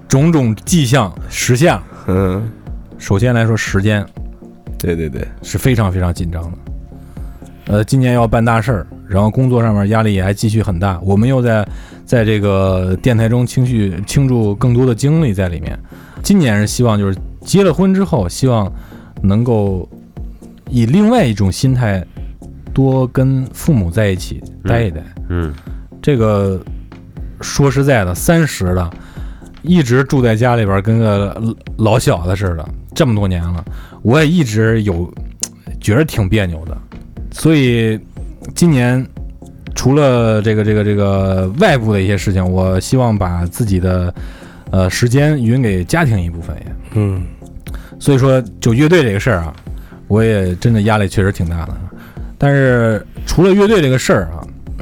Speaker 3: 种种迹象实现了，
Speaker 2: 嗯，
Speaker 3: 首先来说时间
Speaker 2: 对对对，
Speaker 3: 是非常非常紧张的。呃，今年要办大事儿，然后工作上面压力也还继续很大，我们又在在这个电台中倾叙倾注更多的精力在里面。今年是希望就是结了婚之后，希望能够以另外一种心态多跟父母在一起待一待。
Speaker 4: 嗯，
Speaker 3: 这个说实在的，三十了，一直住在家里边儿跟个老小子似的，这么多年了，我也一直有觉得挺别扭的，所以今年除了这个这个这个外部的一些事情，我希望把自己的呃时间匀给家庭一部分也，
Speaker 2: 嗯，
Speaker 3: 所以说，就乐队这个事儿啊，我也真的压力确实挺大的。但是除了乐队这个事儿啊，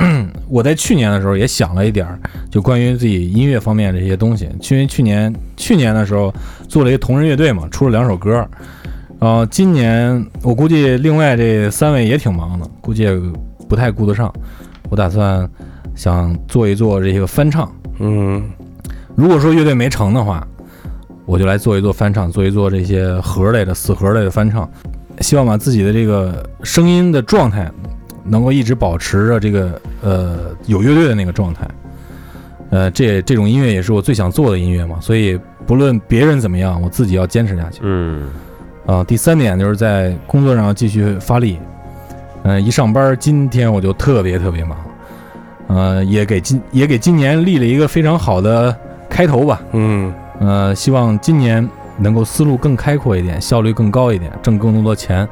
Speaker 3: 我在去年的时候也想了一点儿，就关于自己音乐方面这些东西。因为去年去年的时候做了一个同人乐队嘛，出了两首歌。然后今年我估计另外这三位也挺忙的，估计也不太顾得上。我打算想做一做这个翻唱，
Speaker 2: 嗯，
Speaker 3: 如果说乐队没成的话，我就来做一做翻唱，做一做这些盒类的死盒类的翻唱，希望把自己的这个声音的状态能够一直保持着这个呃有乐队的那个状态。呃，这这种音乐也是我最想做的音乐嘛，所以不论别人怎么样，我自己要坚持下去。
Speaker 4: 嗯，
Speaker 3: 啊，第三点就是在工作上要继续发力。嗯、一上班今天我就特别特别忙，呃，也给今也给今年立了一个非常好的开头吧。
Speaker 2: 嗯，
Speaker 3: 呃，希望今年能够思路更开阔一点，效率更高一点，挣更多的钱，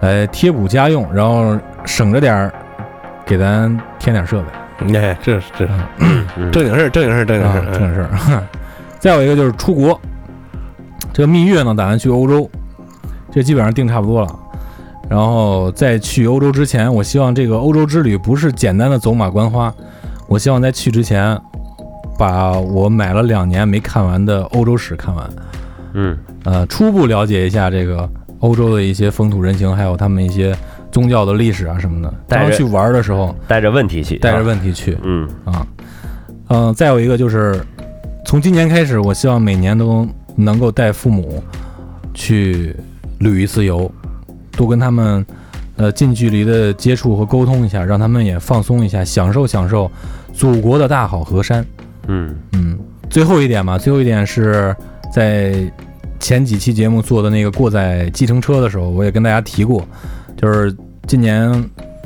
Speaker 3: 来贴补家用，然后省着点儿给咱添点设备。
Speaker 2: 哎，这是这是
Speaker 4: 嗯
Speaker 2: 正经事儿，正经事儿，嗯正经
Speaker 3: 啊
Speaker 2: 事，
Speaker 3: 这
Speaker 2: 儿，
Speaker 3: 个事儿。 再有一个就是出国，这个蜜月呢，打算去欧洲，这基本上定差不多了。然后在去欧洲之前，我希望这个欧洲之旅不是简单的走马观花，我希望在去之前，把我买了两年没看完的欧洲史看完，
Speaker 4: 嗯
Speaker 3: 呃，初步了解一下这个欧洲的一些风土人情，还有他们一些宗教的历史啊什么的。
Speaker 4: 带着
Speaker 3: 当去玩儿的时候，
Speaker 4: 带着问题去，
Speaker 3: 带着
Speaker 4: 啊，
Speaker 3: 问题去，
Speaker 4: 嗯
Speaker 3: 啊，嗯、再有一个就是，从今年开始，我希望每年都能够带父母去旅一次游，多跟他们呃近距离的接触和沟通一下，让他们也放松一下，享受享受祖国的大好河山。
Speaker 4: 嗯
Speaker 3: 嗯，最后一点嘛，最后一点是在前几期节目做的那个过载计程车的时候，我也跟大家提过，就是今年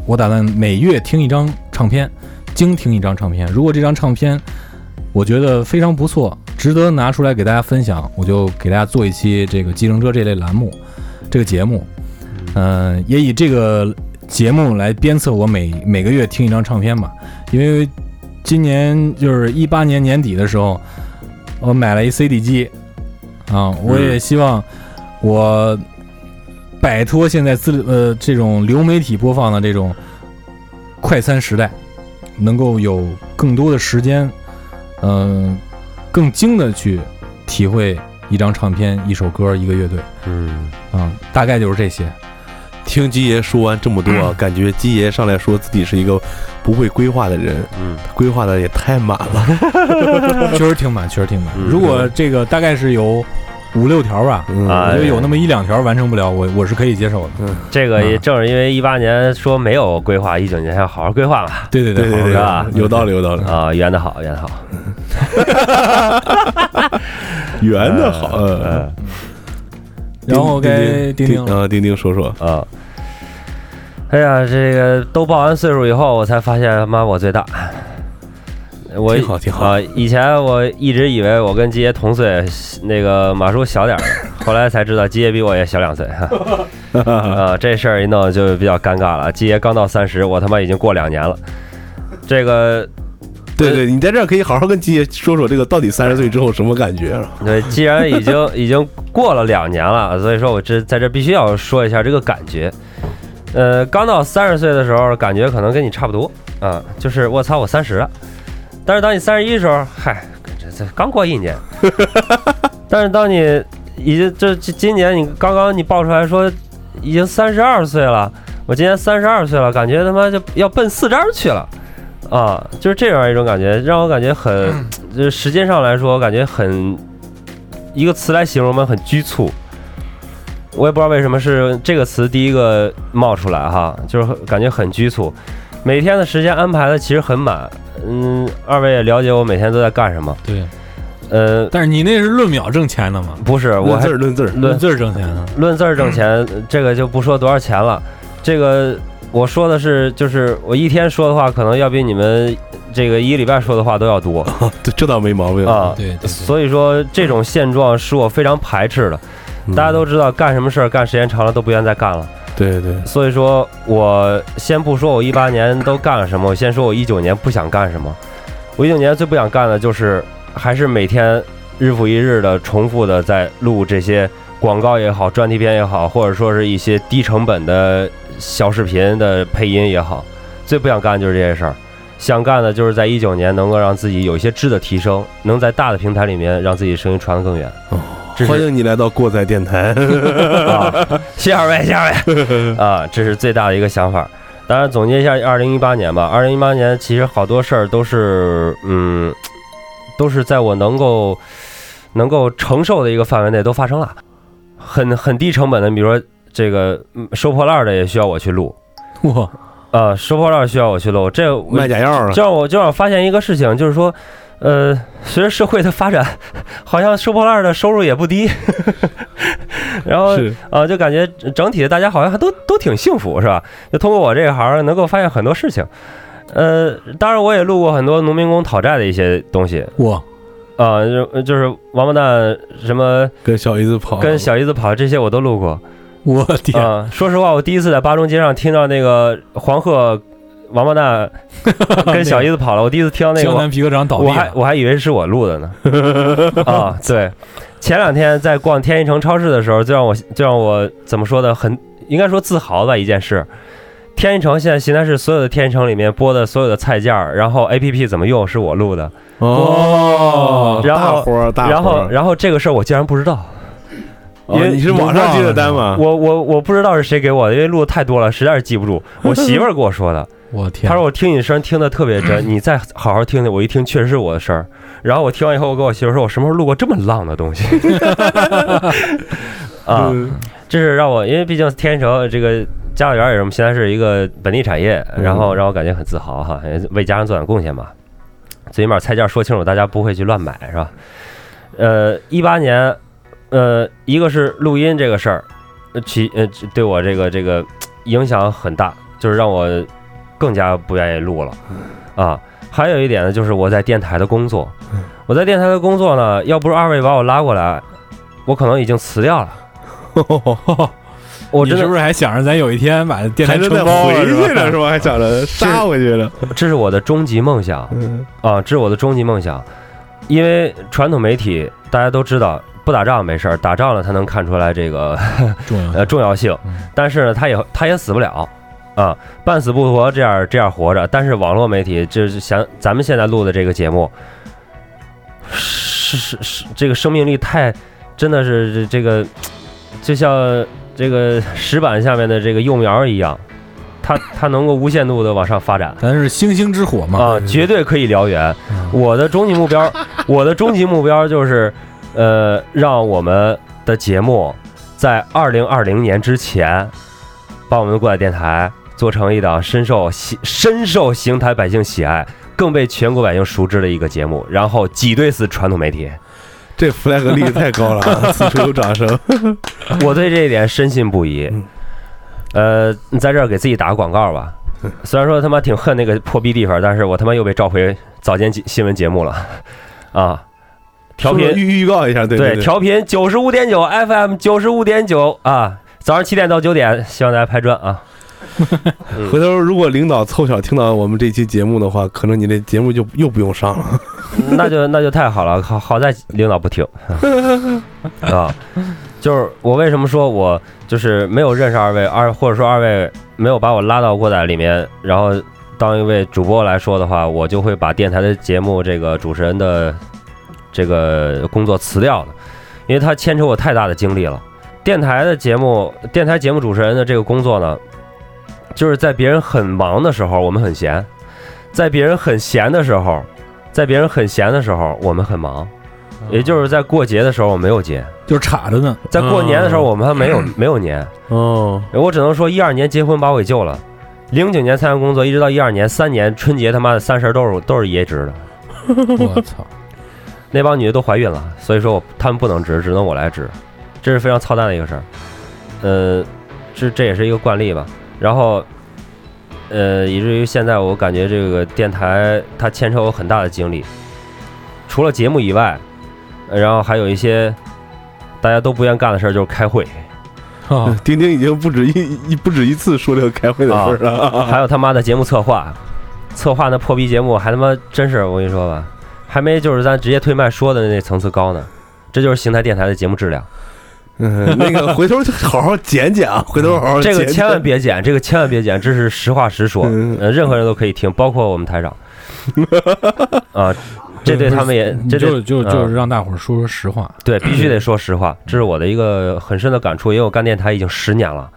Speaker 3: 我打算每月听一张唱片，精听一张唱片。如果这张唱片我觉得非常不错，值得拿出来给大家分享，我就给大家做一期这个计程车这类栏目，这个节目，嗯、也以这个节目来鞭策我每每个月听一张唱片吧，因为今年就是一八年年底的时候，我买了一 CD 机，啊，我也希望我摆脱现在自呃这种流媒体播放的这种快餐时代，能够有更多的时间，嗯、更精的去体会一张唱片、一首歌、一个乐队
Speaker 4: 嗯，
Speaker 3: 啊，大概就是这些。
Speaker 2: 听鸡爷说完这么多
Speaker 4: 嗯
Speaker 2: 啊，感觉鸡爷上来说自己是一个不会规划的人，
Speaker 4: 嗯，
Speaker 2: 规划的也太满了，
Speaker 3: 确实挺满，确实挺满。
Speaker 4: 嗯
Speaker 3: 如果这个大概是有五六条吧，
Speaker 2: 嗯
Speaker 4: 啊
Speaker 3: 我觉得有那么一两条完成不了，我我是可以接 受的。
Speaker 4: 这个
Speaker 2: 嗯
Speaker 4: 也
Speaker 3: 啊
Speaker 4: 正是因为一八年说没有规划，一九年要好好规划嘛，
Speaker 3: 对对
Speaker 2: 对对
Speaker 3: 好
Speaker 2: 对，
Speaker 4: 是吧
Speaker 2: 有道理有道理，
Speaker 4: 啊，圆的好，圆的好，
Speaker 2: 圆的好，嗯
Speaker 4: 嗯
Speaker 3: 然后该丁丁了，
Speaker 2: 啊，丁丁说说，
Speaker 4: 啊。哎呀，这个都报完岁数以后，我才发现他妈我最大。我
Speaker 2: 挺好挺好
Speaker 4: 啊、以前我一直以为我跟基爷同岁，那个马叔小点 儿呢，后来才知道基爷比我也小两岁。哈。啊，这事儿一弄就比较尴尬了。基爷刚到三十，我他妈已经过两年了。这个
Speaker 2: 对对，你在这儿可以好好跟鸡爷说说这个到底三十岁之后什么感觉啊？
Speaker 4: 对，既然已经已经过了两年了，所以说我这在这必须要说一下这个感觉。呃，刚到三十岁的时候，感觉可能跟你差不多啊，就是我操，我三十了。但是当你三十一的时候，嗨，这这刚过一年，但是当你已经这这今年你刚刚你爆出来说已经三十二岁了，我今年三十二岁了，感觉他妈就要奔四张去了。啊，就是这样一种感觉，让我感觉很，就是时间上来说，我感觉很，一个词来形容吧，很局促。我也不知道为什么是这个词第一个冒出来哈，就是很感觉很局促，每天的时间安排的其实很满。嗯，二位也了解我每天都在干什么。
Speaker 3: 对，
Speaker 4: 呃，
Speaker 3: 但是你那是论秒挣钱的嘛，
Speaker 4: 不是，我
Speaker 2: 论
Speaker 4: 还
Speaker 2: 字儿论字儿，
Speaker 4: 论
Speaker 3: 论字儿挣钱啊的。
Speaker 4: 论字儿挣钱， 这个就不说多少钱了。这个我说的是，就是我一天说的话，可能要比你们这个一礼拜说的话都要多
Speaker 2: 这这倒没毛病。
Speaker 4: 啊。
Speaker 3: 对对对
Speaker 4: 所以说这种现状是我非常排斥的。
Speaker 2: 嗯
Speaker 4: 大家都知道，干什么事儿干时间长了都不愿再干了。
Speaker 2: 对对，
Speaker 4: 所以说我先不说我一八年都干了什么，我先说我一九年不想干什么。我一九年最不想干的就是还是每天日复一日的重复的在录这些广告也好、专题片也好，或者说是一些低成本的小视频的配音也好，最不想干的就是这些事儿。想干的就是在一九年能够让自己有一些质的提升，能在大的平台里面让自己声音传得更远。
Speaker 2: 哦
Speaker 4: 这是
Speaker 2: 欢迎你来到过载电台。
Speaker 4: 啊，谢谢二位，谢谢二位啊，这是最大的一个想法。当然，总结一下二零一八年吧。二零一八年其实好多事儿都是，嗯，都是在我能够能够承受的一个范围内都发生了，很很低成本的，比如说这个嗯收破烂儿的也需要我去录，
Speaker 3: 哇，
Speaker 4: 啊，收破烂儿需要我去录，这我
Speaker 2: 卖假药啊！
Speaker 4: 就让我就让我发现一个事情，就是说，呃，随着社会的发展， 好像收破烂儿的收入也不低， 然后
Speaker 2: 是
Speaker 4: 啊，就感觉整体大家好像还都都挺幸福，是吧？就通过我这个行儿能够发现很多事情。呃，当然我也录过很多农民工讨债的一些东西
Speaker 3: 哇，
Speaker 4: 啊，就就是王八蛋什么
Speaker 2: 跟小姨子跑，
Speaker 4: 跟小姨子跑这些我都录过
Speaker 3: 我天，
Speaker 4: 啊。说实话，我第一次在巴中街上听到那个黄鹤王八 蛋跟小姨子跑了，我第一次听到那个
Speaker 3: 江南皮革厂倒闭
Speaker 4: 我还
Speaker 3: 了，
Speaker 4: 我还以为是我录的呢。 啊，对，前两天在逛天一城超市的时候，就让我就让我怎么说呢，很应该说自豪吧一件事。天一城现在邢台市所有的天一城里面播的所有的菜价儿，然后 A P P 怎么用是我录的，
Speaker 2: 哦，
Speaker 4: 然
Speaker 2: 大
Speaker 4: 后
Speaker 2: 活儿大活儿
Speaker 4: 然后然后这个事儿我竟然不知道，
Speaker 2: 哦
Speaker 4: 因为
Speaker 2: 你是网上接的单吗？
Speaker 4: 我我我不知道是谁给我的，因为录的太多了，实在是记不住。我媳妇儿跟我说的，
Speaker 3: 我天
Speaker 4: 他，说我听你声儿听得特别真，你再好好听听。我一听确实是我的声儿，然后我听完以后，我跟我媳妇说，我什么时候录过这么浪的东西？ 啊，
Speaker 2: 嗯
Speaker 4: 这是让我，因为毕竟天成这个家乐园也是我们现在是一个本地产业，然后让我感觉很自豪哈，也为家人做点贡献吧。最起码菜价说清楚，大家不会去乱买，是吧？呃，一八年，呃，一个是录音这个事儿，呃其呃对我这个这个影响很大，就是让我更加不愿意录了啊。还有一点呢，就是我在电台的工作，我在电台的工作呢，要不是二位把我拉过来，我可能已经辞掉了。 我
Speaker 3: 你
Speaker 4: 真
Speaker 3: 是
Speaker 4: 的
Speaker 3: 不是还想着咱有一天把电
Speaker 2: 还
Speaker 3: 台啊
Speaker 2: 能
Speaker 3: 承
Speaker 2: 再
Speaker 3: 包
Speaker 2: 回去呢，
Speaker 3: 了
Speaker 2: 啊是
Speaker 3: 吧？
Speaker 2: 吧？还想着杀回去了。
Speaker 4: 这是我的终极梦想
Speaker 2: 嗯，
Speaker 4: 啊！这是我的终极梦想，因为传统媒体大家都知道，不打仗没事儿，打仗了才能看出来这个
Speaker 3: 重要
Speaker 4: 呃重要性
Speaker 3: 嗯。
Speaker 4: 但是呢，他也他也死不了啊，半死不活这样这样活着。但是网络媒体就是想咱们现在录的这个节目，是是是，这个生命力太真的是这这个，就像这个石板下面的这个幼苗一样，它它能够无限度的往上发展。
Speaker 3: 咱是星星之火嘛，
Speaker 4: 啊，绝对可以燎原。
Speaker 3: 嗯
Speaker 4: 我的终极目标，我的终极目标就是，呃，让我们的节目在二零二零年之前，把我们的过载电台做成一档深受喜深受邢台百姓喜爱，更被全国百姓熟知的一个节目，然后挤兑死传统媒体。
Speaker 2: 这 flag 立得太高了 啊，此处有掌声。
Speaker 4: 我对这一点深信不疑
Speaker 2: 嗯。
Speaker 4: 呃，在这儿给自己打个广告吧。
Speaker 2: 嗯
Speaker 4: 虽然说他妈挺恨那个破逼地方，但是我他妈又被召回早间节新闻节目了啊！调
Speaker 2: 顺便
Speaker 4: 频
Speaker 2: 预预告一下，对
Speaker 4: 对
Speaker 2: 对，
Speaker 4: 调频九十五点九 FM 九十五点九啊，早上七点到九点，希望大家拍砖啊！
Speaker 2: 回头如果领导凑巧听到我们这期节目的话，可能你这节目就又不用上了。
Speaker 4: 那就那就太好了，好好在领导不听 啊。就是我为什么说我就是没有认识二位，二或者说二位没有把我拉到过载里面，然后当一位主播来说的话，我就会把电台的节目这个主持人的这个工作辞掉的，因为它牵扯我太大的精力了。电台的节目，电台节目主持人的这个工作呢，就是在别人很忙的时候，我们很闲；在别人很闲的时候，在别人很闲的时候，我们很忙。 也就是在过节的时候我没有节，
Speaker 3: 就是插着呢。
Speaker 4: 在过年的时候我们还没有没有年。
Speaker 2: 哦，
Speaker 4: 我只能说一二年结婚把我给救了。零九年参加工作，一直到一二年，三年春节他妈的三十都是都是爷值的，
Speaker 3: 我 操！
Speaker 4: 那帮女的都怀孕了，所以说我她们不能值，只能我来值，这是非常操蛋的一个事儿。呃，这这也是一个惯例吧。然后，呃，以至于现在我感觉这个电台它牵扯我很大的精力，除了节目以外，呃然后还有一些大家都不愿干的事儿，就是开会。哦
Speaker 3: 啊，
Speaker 2: 丁丁已经不止一一不止一次说这个开会的事儿了。
Speaker 4: 哦
Speaker 2: 啊
Speaker 4: 还有他妈的节目策划，策划那破逼节目还他妈真是我跟你说吧，还没就是咱直接推麦说的那层次高呢。这就是邢台电台的节目质量，
Speaker 2: 嗯，那个回头好好剪剪啊，回头好好
Speaker 4: 这个
Speaker 2: 剪剪
Speaker 4: 千万别剪，这个千万别剪，这是实话实说，
Speaker 2: 嗯
Speaker 4: 呃，任何人都可以听，包括我们 台长。啊，这对他们也，
Speaker 3: 你
Speaker 4: 这对
Speaker 3: 就就
Speaker 4: 嗯
Speaker 3: 就是让大伙儿说说实话。
Speaker 4: 对，必须得说实话，这是我的一个很深的感触，因为我干电台已经十年了。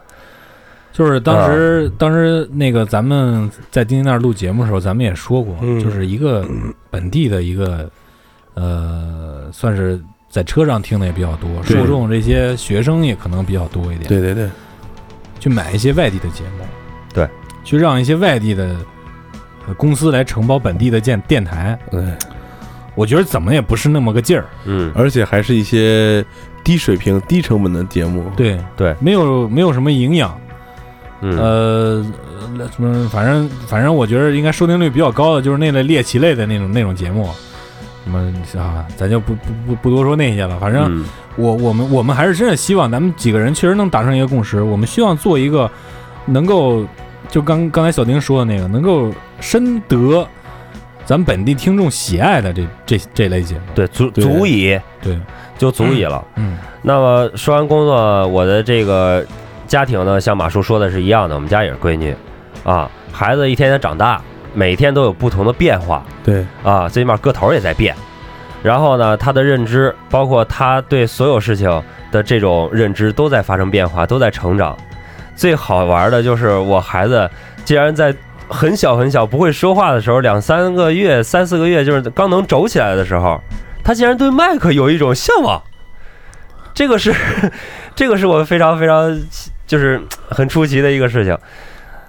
Speaker 3: 就是当时，
Speaker 2: 啊
Speaker 3: 当时那个咱们在丁丁那儿录节目的时候，咱们也说过，
Speaker 2: 嗯
Speaker 3: 就是一个本地的一个，呃，算是在车上听的也比较多，
Speaker 2: 对
Speaker 3: 受众这些学生也可能比较多一点，
Speaker 2: 对对对，
Speaker 3: 去买一些外地的节目，
Speaker 4: 对，
Speaker 3: 去让一些外地的呃公司来承包本地的电电台，
Speaker 2: 哎，
Speaker 3: 我觉得怎么也不是那么个劲儿，
Speaker 4: 嗯，
Speaker 2: 而且还是一些低水平、低成本的节目。
Speaker 3: 对
Speaker 4: 对
Speaker 3: 没有没有什么营养，
Speaker 4: 嗯
Speaker 3: 呃，呃什么，反正反正我觉得应该收听率比较高的就是那类猎奇类的那种那种节目，什么啊，咱就不不不不多说那些了。反正
Speaker 4: 嗯
Speaker 3: 我我们我们还是真的希望咱们几个人确实能达成一个共识，我们希望做一个能够就刚刚才小丁说的那个能够深得咱们本地听众喜爱的这这这类节目。
Speaker 4: 对，足
Speaker 2: 对
Speaker 4: 足以
Speaker 3: 对，
Speaker 4: 就足以了。
Speaker 3: 嗯
Speaker 4: 那么说完工作，我的这个家庭呢，像马叔说的是一样的，我们家也是闺女，啊，孩子一天天长大，每天都有不同的变化
Speaker 2: 对，
Speaker 4: 啊，最起码个头也在变。然后呢，他的认知，包括他对所有事情的这种认知，都在发生变化，都在成长。最好玩的就是我孩子，竟然在很小很小不会说话的时候，两三个月、三四个月，就是刚能走起来的时候，他竟然对麦克有一种向往。这个是， 这个是我非常非常就是很出奇的一个事情。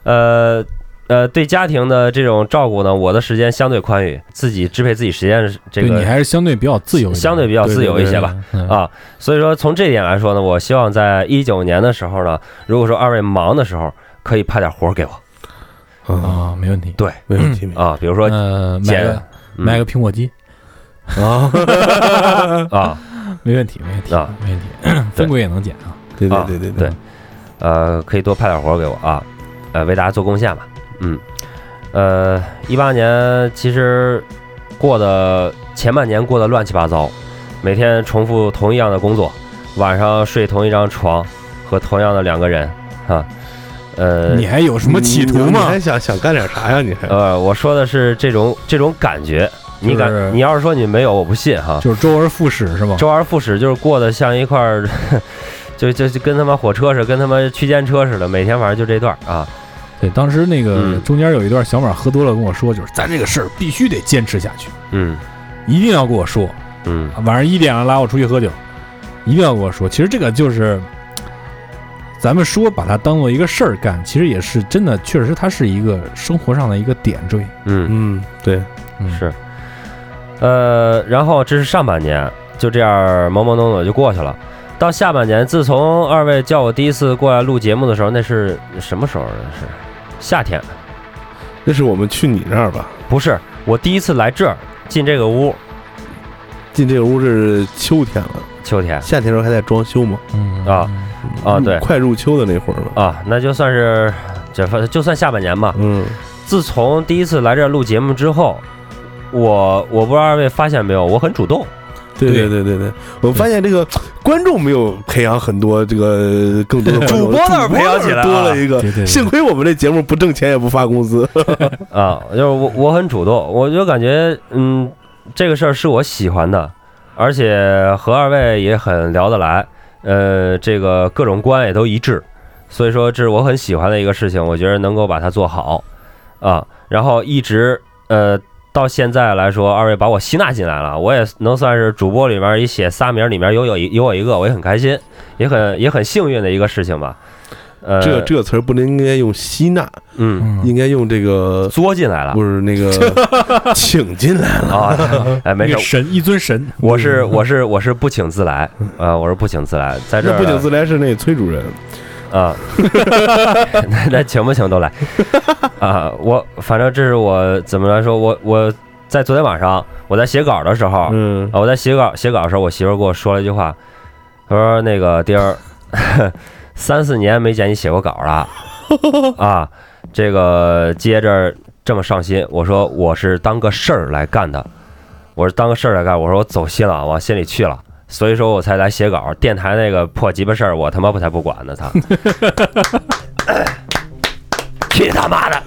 Speaker 4: 呃呃，对家庭的这种照顾呢，我的时间相对宽裕，自己支配自己时间是这
Speaker 3: 对你
Speaker 4: 个
Speaker 3: 还是相对比较自由一点，
Speaker 4: 相对比较自由一些吧。
Speaker 3: 嗯
Speaker 4: 啊，所以说从这点来说呢，我希望在一九年的时候呢，如果说二位忙的时候，可以派点活儿给我哦
Speaker 2: 啊，
Speaker 3: 啊，没问题。
Speaker 2: 没问 题，没问题
Speaker 4: 啊，比如说、
Speaker 3: 呃，买
Speaker 4: 剪
Speaker 3: 个
Speaker 4: 嗯
Speaker 3: 买个苹果机，
Speaker 2: 啊，
Speaker 4: 啊，
Speaker 3: 没问题，没问题
Speaker 4: 啊，
Speaker 3: 没问 题，分轨也能剪啊。
Speaker 2: 对
Speaker 4: 啊
Speaker 2: 对对对
Speaker 4: 对呃，可以多派点活儿给我啊，呃，为大家做贡献吧。嗯，呃，一八年其实过的前半年过得乱七八糟，每天重复同一样的工作，晚上睡同一张床和同样的两个人啊，呃，
Speaker 3: 你还有什么企图
Speaker 2: 你你
Speaker 3: 吗？
Speaker 2: 还想想干点啥呀？你还
Speaker 4: 呃，我说的是这种这种感觉。你
Speaker 3: 就
Speaker 4: 敢？
Speaker 3: 是哦
Speaker 4: 你要是说你没有，我不信哈。
Speaker 3: 就是周而复始是吧？
Speaker 4: 周而复始，就是过得像一块儿， 就就就跟他妈火车似的，跟他妈区间车似的，每天晚上就这段儿啊。
Speaker 3: 对，当时那个
Speaker 4: 嗯
Speaker 3: 中间有一段小马喝多了跟我说，就是咱这个事儿必须得坚持下去，
Speaker 4: 嗯
Speaker 3: 一定要跟我说，
Speaker 4: 嗯，
Speaker 3: 晚上一点了拉我出去喝酒，一定要跟我说。其实这个就是。咱们说把它当做一个事儿干，其实也是真的，确实它是一个生活上的一个点缀。
Speaker 4: 嗯，
Speaker 2: 嗯，对，
Speaker 3: 嗯，
Speaker 4: 是。呃，然后这是上半年，就这样懵懵懂懂就过去了。到下半年，自从二位叫我第一次过来录节目的时候，那是什么时候？那是夏天，
Speaker 2: 那是我们去你那儿吧？
Speaker 4: 不是我第一次来这儿进这个屋，
Speaker 2: 进这个屋是秋天了，
Speaker 4: 秋天
Speaker 2: 夏天时候还在装修嘛，
Speaker 3: 嗯
Speaker 4: 啊，啊，
Speaker 2: 入
Speaker 4: 对
Speaker 2: 快入秋的那会儿嘛。
Speaker 4: 啊，那就算是，就反就算下半年吧。
Speaker 2: 嗯，
Speaker 4: 自从第一次来这儿录节目之后，我我不知道二位发现没有，我很主动。
Speaker 2: 对
Speaker 3: 对
Speaker 2: 对对对对，我发现这个观众没有培养很多这个更多的观众
Speaker 4: 主播倒是培养起来了啊
Speaker 2: 主播多了一个
Speaker 3: 对对。对
Speaker 2: 幸亏我们这节目不挣钱也不发工资，
Speaker 4: 哎啊，就是我我很主动，我就感觉嗯，这个事儿是我喜欢的，而且和二位也很聊得来，呃，这个各种观也都一致，所以说这是我很喜欢的一个事情，我觉得能够把它做好啊。然后一直呃到现在来说，二位把我吸纳进来了，我也能算是主播里面一写仨名儿里面有有一有我一个，我也很开心，也很也很幸运的一个事情吧。呃，
Speaker 2: 这这词儿不能应该用吸纳，
Speaker 4: 嗯，
Speaker 3: 嗯
Speaker 2: 应该用这个
Speaker 4: 作进来了
Speaker 2: 不是那 个请进来了。
Speaker 4: 啊，哎，没
Speaker 3: 一
Speaker 4: 事
Speaker 3: 个，神一尊神，
Speaker 4: 我是
Speaker 2: 嗯
Speaker 4: 我是我是不请自来啊、我是不请自来，在这
Speaker 2: 那
Speaker 4: 儿
Speaker 2: 不请自来是那崔主任，
Speaker 4: 啊， 那那请不请都来啊！我反正这是我怎么来说，我我在昨天晚上我在写稿的时候，啊，
Speaker 2: 嗯，
Speaker 4: 我在写稿写稿的时候，我媳妇儿给我说了一句话，她说那个丁儿， 三四年没见你写过稿 了啊，这个接着这么上心，我说我是当个事儿来干的，我是当个事儿来干，我说我走心了，往心里去了。所以说我才来写稿，电台那个破鸡巴事儿，我他妈不才不管呢，他。 去他妈的！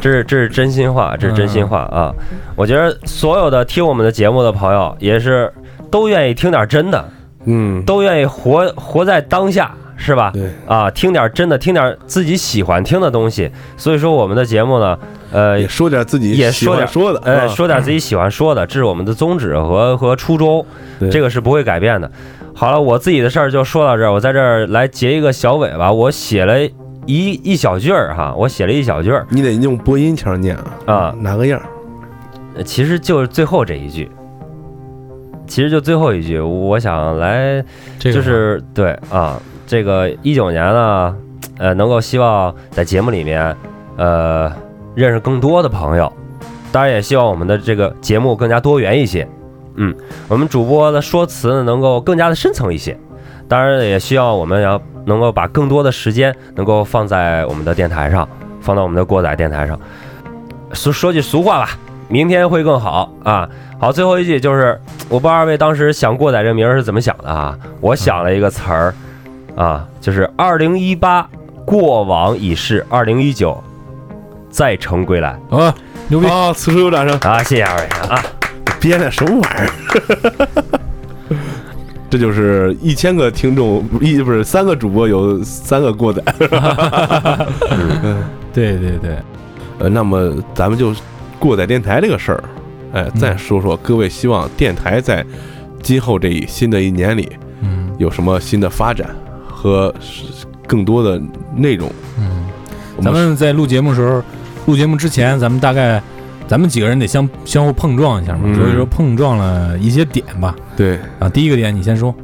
Speaker 4: 这是这是真心话，这是真心话啊！我觉得所有的听我们的节目的朋友，也是都愿意听点真的，
Speaker 2: 嗯，
Speaker 4: 都愿意活活在当下，是吧？
Speaker 2: 对，
Speaker 4: 啊，听点真的，听点自己喜欢听的东西。所以说我们的节目呢，呃，
Speaker 2: 也说点自己
Speaker 4: 也
Speaker 2: 喜
Speaker 4: 说
Speaker 2: 欢
Speaker 4: 点
Speaker 2: 说的，
Speaker 4: 呃，
Speaker 2: 啊
Speaker 4: 说点自己喜欢说的，这是我们的宗旨和和初衷
Speaker 2: 对，
Speaker 4: 这个是不会改变的。好了，我自己的事儿就说到这儿，我在这儿来结一个小尾巴。我写了一一小句儿哈，我写了一小句儿，
Speaker 2: 你得用播音腔念啊
Speaker 4: 啊
Speaker 2: 哪个样儿？
Speaker 4: 呃其实就是最后这一句，其实就最后一句，我想来
Speaker 3: 嗯这个
Speaker 4: 就是对啊，这个一九年呢，呃，能够希望在节目里面，呃，认识更多的朋友，当然也希望我们的这个节目更加多元一些，嗯，我们主播的说辞呢能够更加的深层一些，当然也希望我们要能够把更多的时间能够放在我们的电台上，放到我们的过载电台上。说说句俗话吧，明天会更好啊。好，最后一句就是，我不知道二位当时想“过载”这名儿是怎么想的啊？我想了一个词儿，啊，就是二零一八过往已逝，二零一九再乘归来
Speaker 3: 啊，牛逼！
Speaker 2: 啊，此处有掌声，
Speaker 4: 啊！谢谢二位啊！
Speaker 2: 编的什么玩意儿？ 这就是一千个听众，一不是三个主播有三个过载。
Speaker 3: 对对对，
Speaker 2: 呃，那么咱们就过载电台这个事儿，哎，
Speaker 4: 嗯
Speaker 2: 再说说各位希望电台在今后这一新的一年里
Speaker 3: 嗯
Speaker 2: 有什么新的发展和更多的内容。
Speaker 3: 嗯，
Speaker 2: 我
Speaker 3: 咱们在录节目的时候，录节目之前，咱们大概咱们几个人得相相互碰撞一下嘛，
Speaker 2: 嗯
Speaker 3: 所以说碰撞了一些点吧。
Speaker 2: 对，
Speaker 3: 啊，第一个点你先说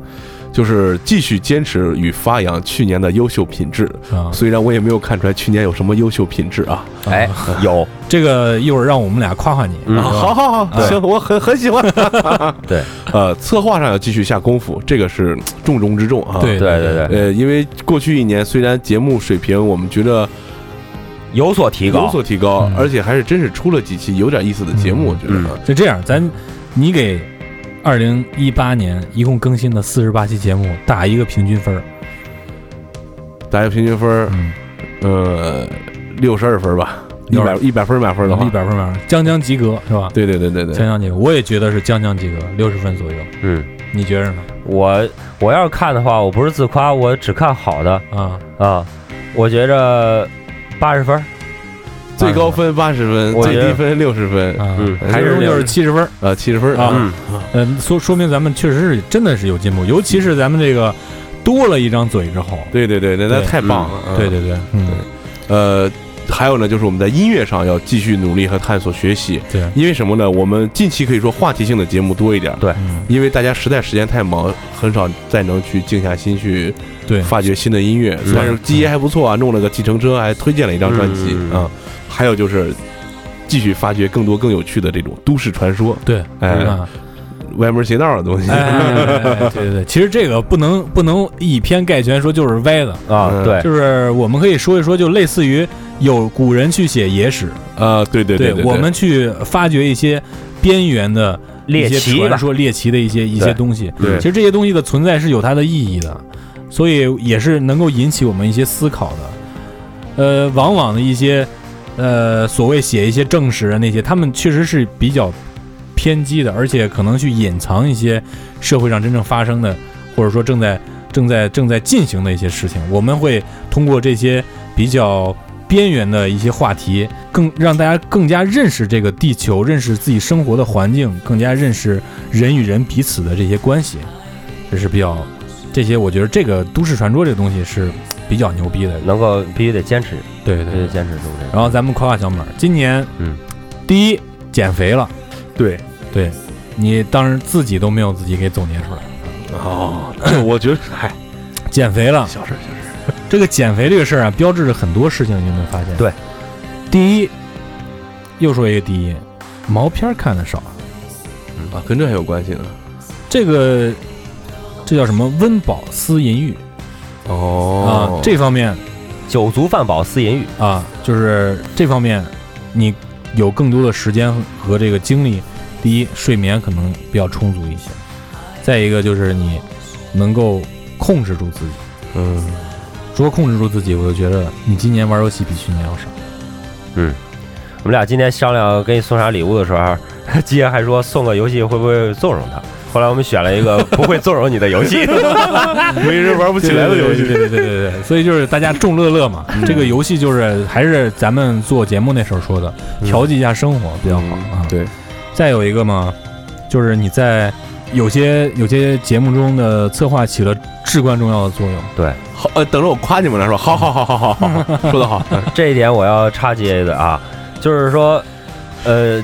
Speaker 2: 就是继续坚持与发扬去年的优秀品质。
Speaker 3: 啊，
Speaker 2: 虽然我也没有看出来去年有什么优秀品质啊。
Speaker 4: 哎，有
Speaker 3: 这个一会儿让我们俩夸夸你。
Speaker 4: 嗯
Speaker 2: 啊， 好好好，
Speaker 4: 对
Speaker 2: 行，我很 很喜欢。
Speaker 4: 对，
Speaker 2: 呃，策划上要继续下功夫，这个是嗯重中之重啊。
Speaker 3: 对
Speaker 4: 对对对
Speaker 2: 呃，因为过去一年虽然节目水平我们觉得
Speaker 4: 有所提
Speaker 2: 有
Speaker 4: 高，
Speaker 2: 所提高
Speaker 3: 嗯，
Speaker 2: 而且还是真是出了几期有点意思的节目，我
Speaker 4: 嗯
Speaker 2: 觉得啊。
Speaker 3: 就这样，咱你给二零一八年一共更新的四十八期节目打一个平均分儿。
Speaker 2: 大家平均分儿，
Speaker 3: 嗯，
Speaker 2: 呃，六十二分吧，一百
Speaker 3: 62
Speaker 2: 一百分满分的话
Speaker 3: 嗯一，百分满分，将将及格是吧？
Speaker 2: 对对对对对
Speaker 4: 哎
Speaker 3: 将，将及格，我也觉得是将将及格，六十分左右。
Speaker 4: 嗯，
Speaker 3: 你觉着呢？
Speaker 4: 我我要是看的话，我不是自夸，我只看好的
Speaker 3: 啊，
Speaker 4: 啊，我觉着八十分儿，
Speaker 2: 最高分八十分，
Speaker 4: 我
Speaker 2: 最
Speaker 4: 觉得
Speaker 2: 低分六十分，
Speaker 3: 啊
Speaker 4: 嗯，还
Speaker 3: 还
Speaker 4: 是
Speaker 3: 是就是七十分儿。
Speaker 2: 呃，七十分
Speaker 3: 啊
Speaker 4: 嗯，
Speaker 3: 嗯，说说明咱们确实是真的是有进步，尤其是咱们这个多了一张嘴之后，
Speaker 2: 对对对，那那
Speaker 3: 对
Speaker 2: 太棒了，嗯
Speaker 3: 对对对，嗯，
Speaker 2: 呃，还有呢，就是我们在音乐上要继续努力和探索学习。
Speaker 3: 对，
Speaker 2: 因为什么呢？我们近期可以说话题性的节目多一点，
Speaker 3: 嗯，
Speaker 2: 因为大家实在时间太忙，很少再能去静下心去
Speaker 3: 对，
Speaker 2: 发掘新的音乐。
Speaker 4: 嗯
Speaker 2: 但是基爷还不错啊，弄了个计程车，还推荐了一张专辑
Speaker 4: 嗯
Speaker 2: 啊。还有就是。继续发掘更多更有趣的这种都市传说，
Speaker 3: 对，
Speaker 2: 哎
Speaker 3: 啊，
Speaker 2: 歪门邪道的东西
Speaker 3: 哎，。哎哎哎对对对，其实这个不能不能以偏概全说就是歪的，
Speaker 4: 啊，对，
Speaker 3: 就是我们可以说一说，就类似于有古人去写野史，
Speaker 2: 啊，对对对，
Speaker 3: 我们去发掘一些边缘的
Speaker 4: 猎
Speaker 3: 一些
Speaker 4: 奇吧
Speaker 3: 传，说猎奇的一些一
Speaker 4: 对
Speaker 3: 些东西。
Speaker 2: 对
Speaker 3: 其实这些东西的存在是有它的意义的，所以也是能够引起我们一些思考的。呃，往往的一些呃所谓写一些正史啊那些，他们确实是比较偏激的，而且可能去隐藏一些社会上真正发生的，或者说正在正在正在进行的一些事情。我们会通过这些比较边缘的一些话题，更让大家更加认识这个地球，认识自己生活的环境，更加认识人与人彼此的这些关系。这是比较这些，我觉得这个都市传说这个东西是比较牛逼的。
Speaker 4: 能够必须得坚持，
Speaker 3: 对对
Speaker 4: 必须得坚持住这个。
Speaker 3: 然后咱们夸夸小马，今年，
Speaker 4: 嗯，
Speaker 3: 第一减肥了，
Speaker 2: 对，
Speaker 3: 对你当时自己都没有自己给总结出来，
Speaker 2: 哦，这我觉得，嗨，
Speaker 3: 减肥了。
Speaker 2: 小事儿小事儿，
Speaker 3: 这个减肥这个事儿啊，标志着很多事情，你有没有发现？
Speaker 4: 对，
Speaker 3: 第一，又说一个第一，毛片儿看的少了，
Speaker 2: 啊，跟这还有关系呢。
Speaker 3: 这个这叫什么？温饱思淫欲、
Speaker 2: 哦
Speaker 3: 啊，，这方面
Speaker 4: 酒足饭饱思淫欲，
Speaker 3: 啊，就是这方面，你有更多的时间和这个精力。第一，睡眠可能比较充足一些；再一个就是你能够控制住自己。
Speaker 2: 嗯，
Speaker 3: 说控制住自己，我就觉得你今年玩游戏比去年要少。
Speaker 4: 我们俩今天商量给你送啥礼物的时候， 基爷还说送个游戏会不会纵容他。后来我们选了一个 不会纵容你的游戏，
Speaker 2: 没人玩不起来的游戏，
Speaker 3: 对对对对对，所以就是大家众乐乐嘛。这个游戏就是还是咱们做节目那时候说的，调剂一下生活比较
Speaker 2: 嗯
Speaker 3: 好啊。
Speaker 2: 对，
Speaker 3: 再有一个嘛，就是你在有些有些节目中的策划起了至关重要的作用。
Speaker 2: 好，呃，等着我夸你们来说，好好好好好好好，说的好，
Speaker 4: 这一点我要插 G A 的啊，就是说，呃，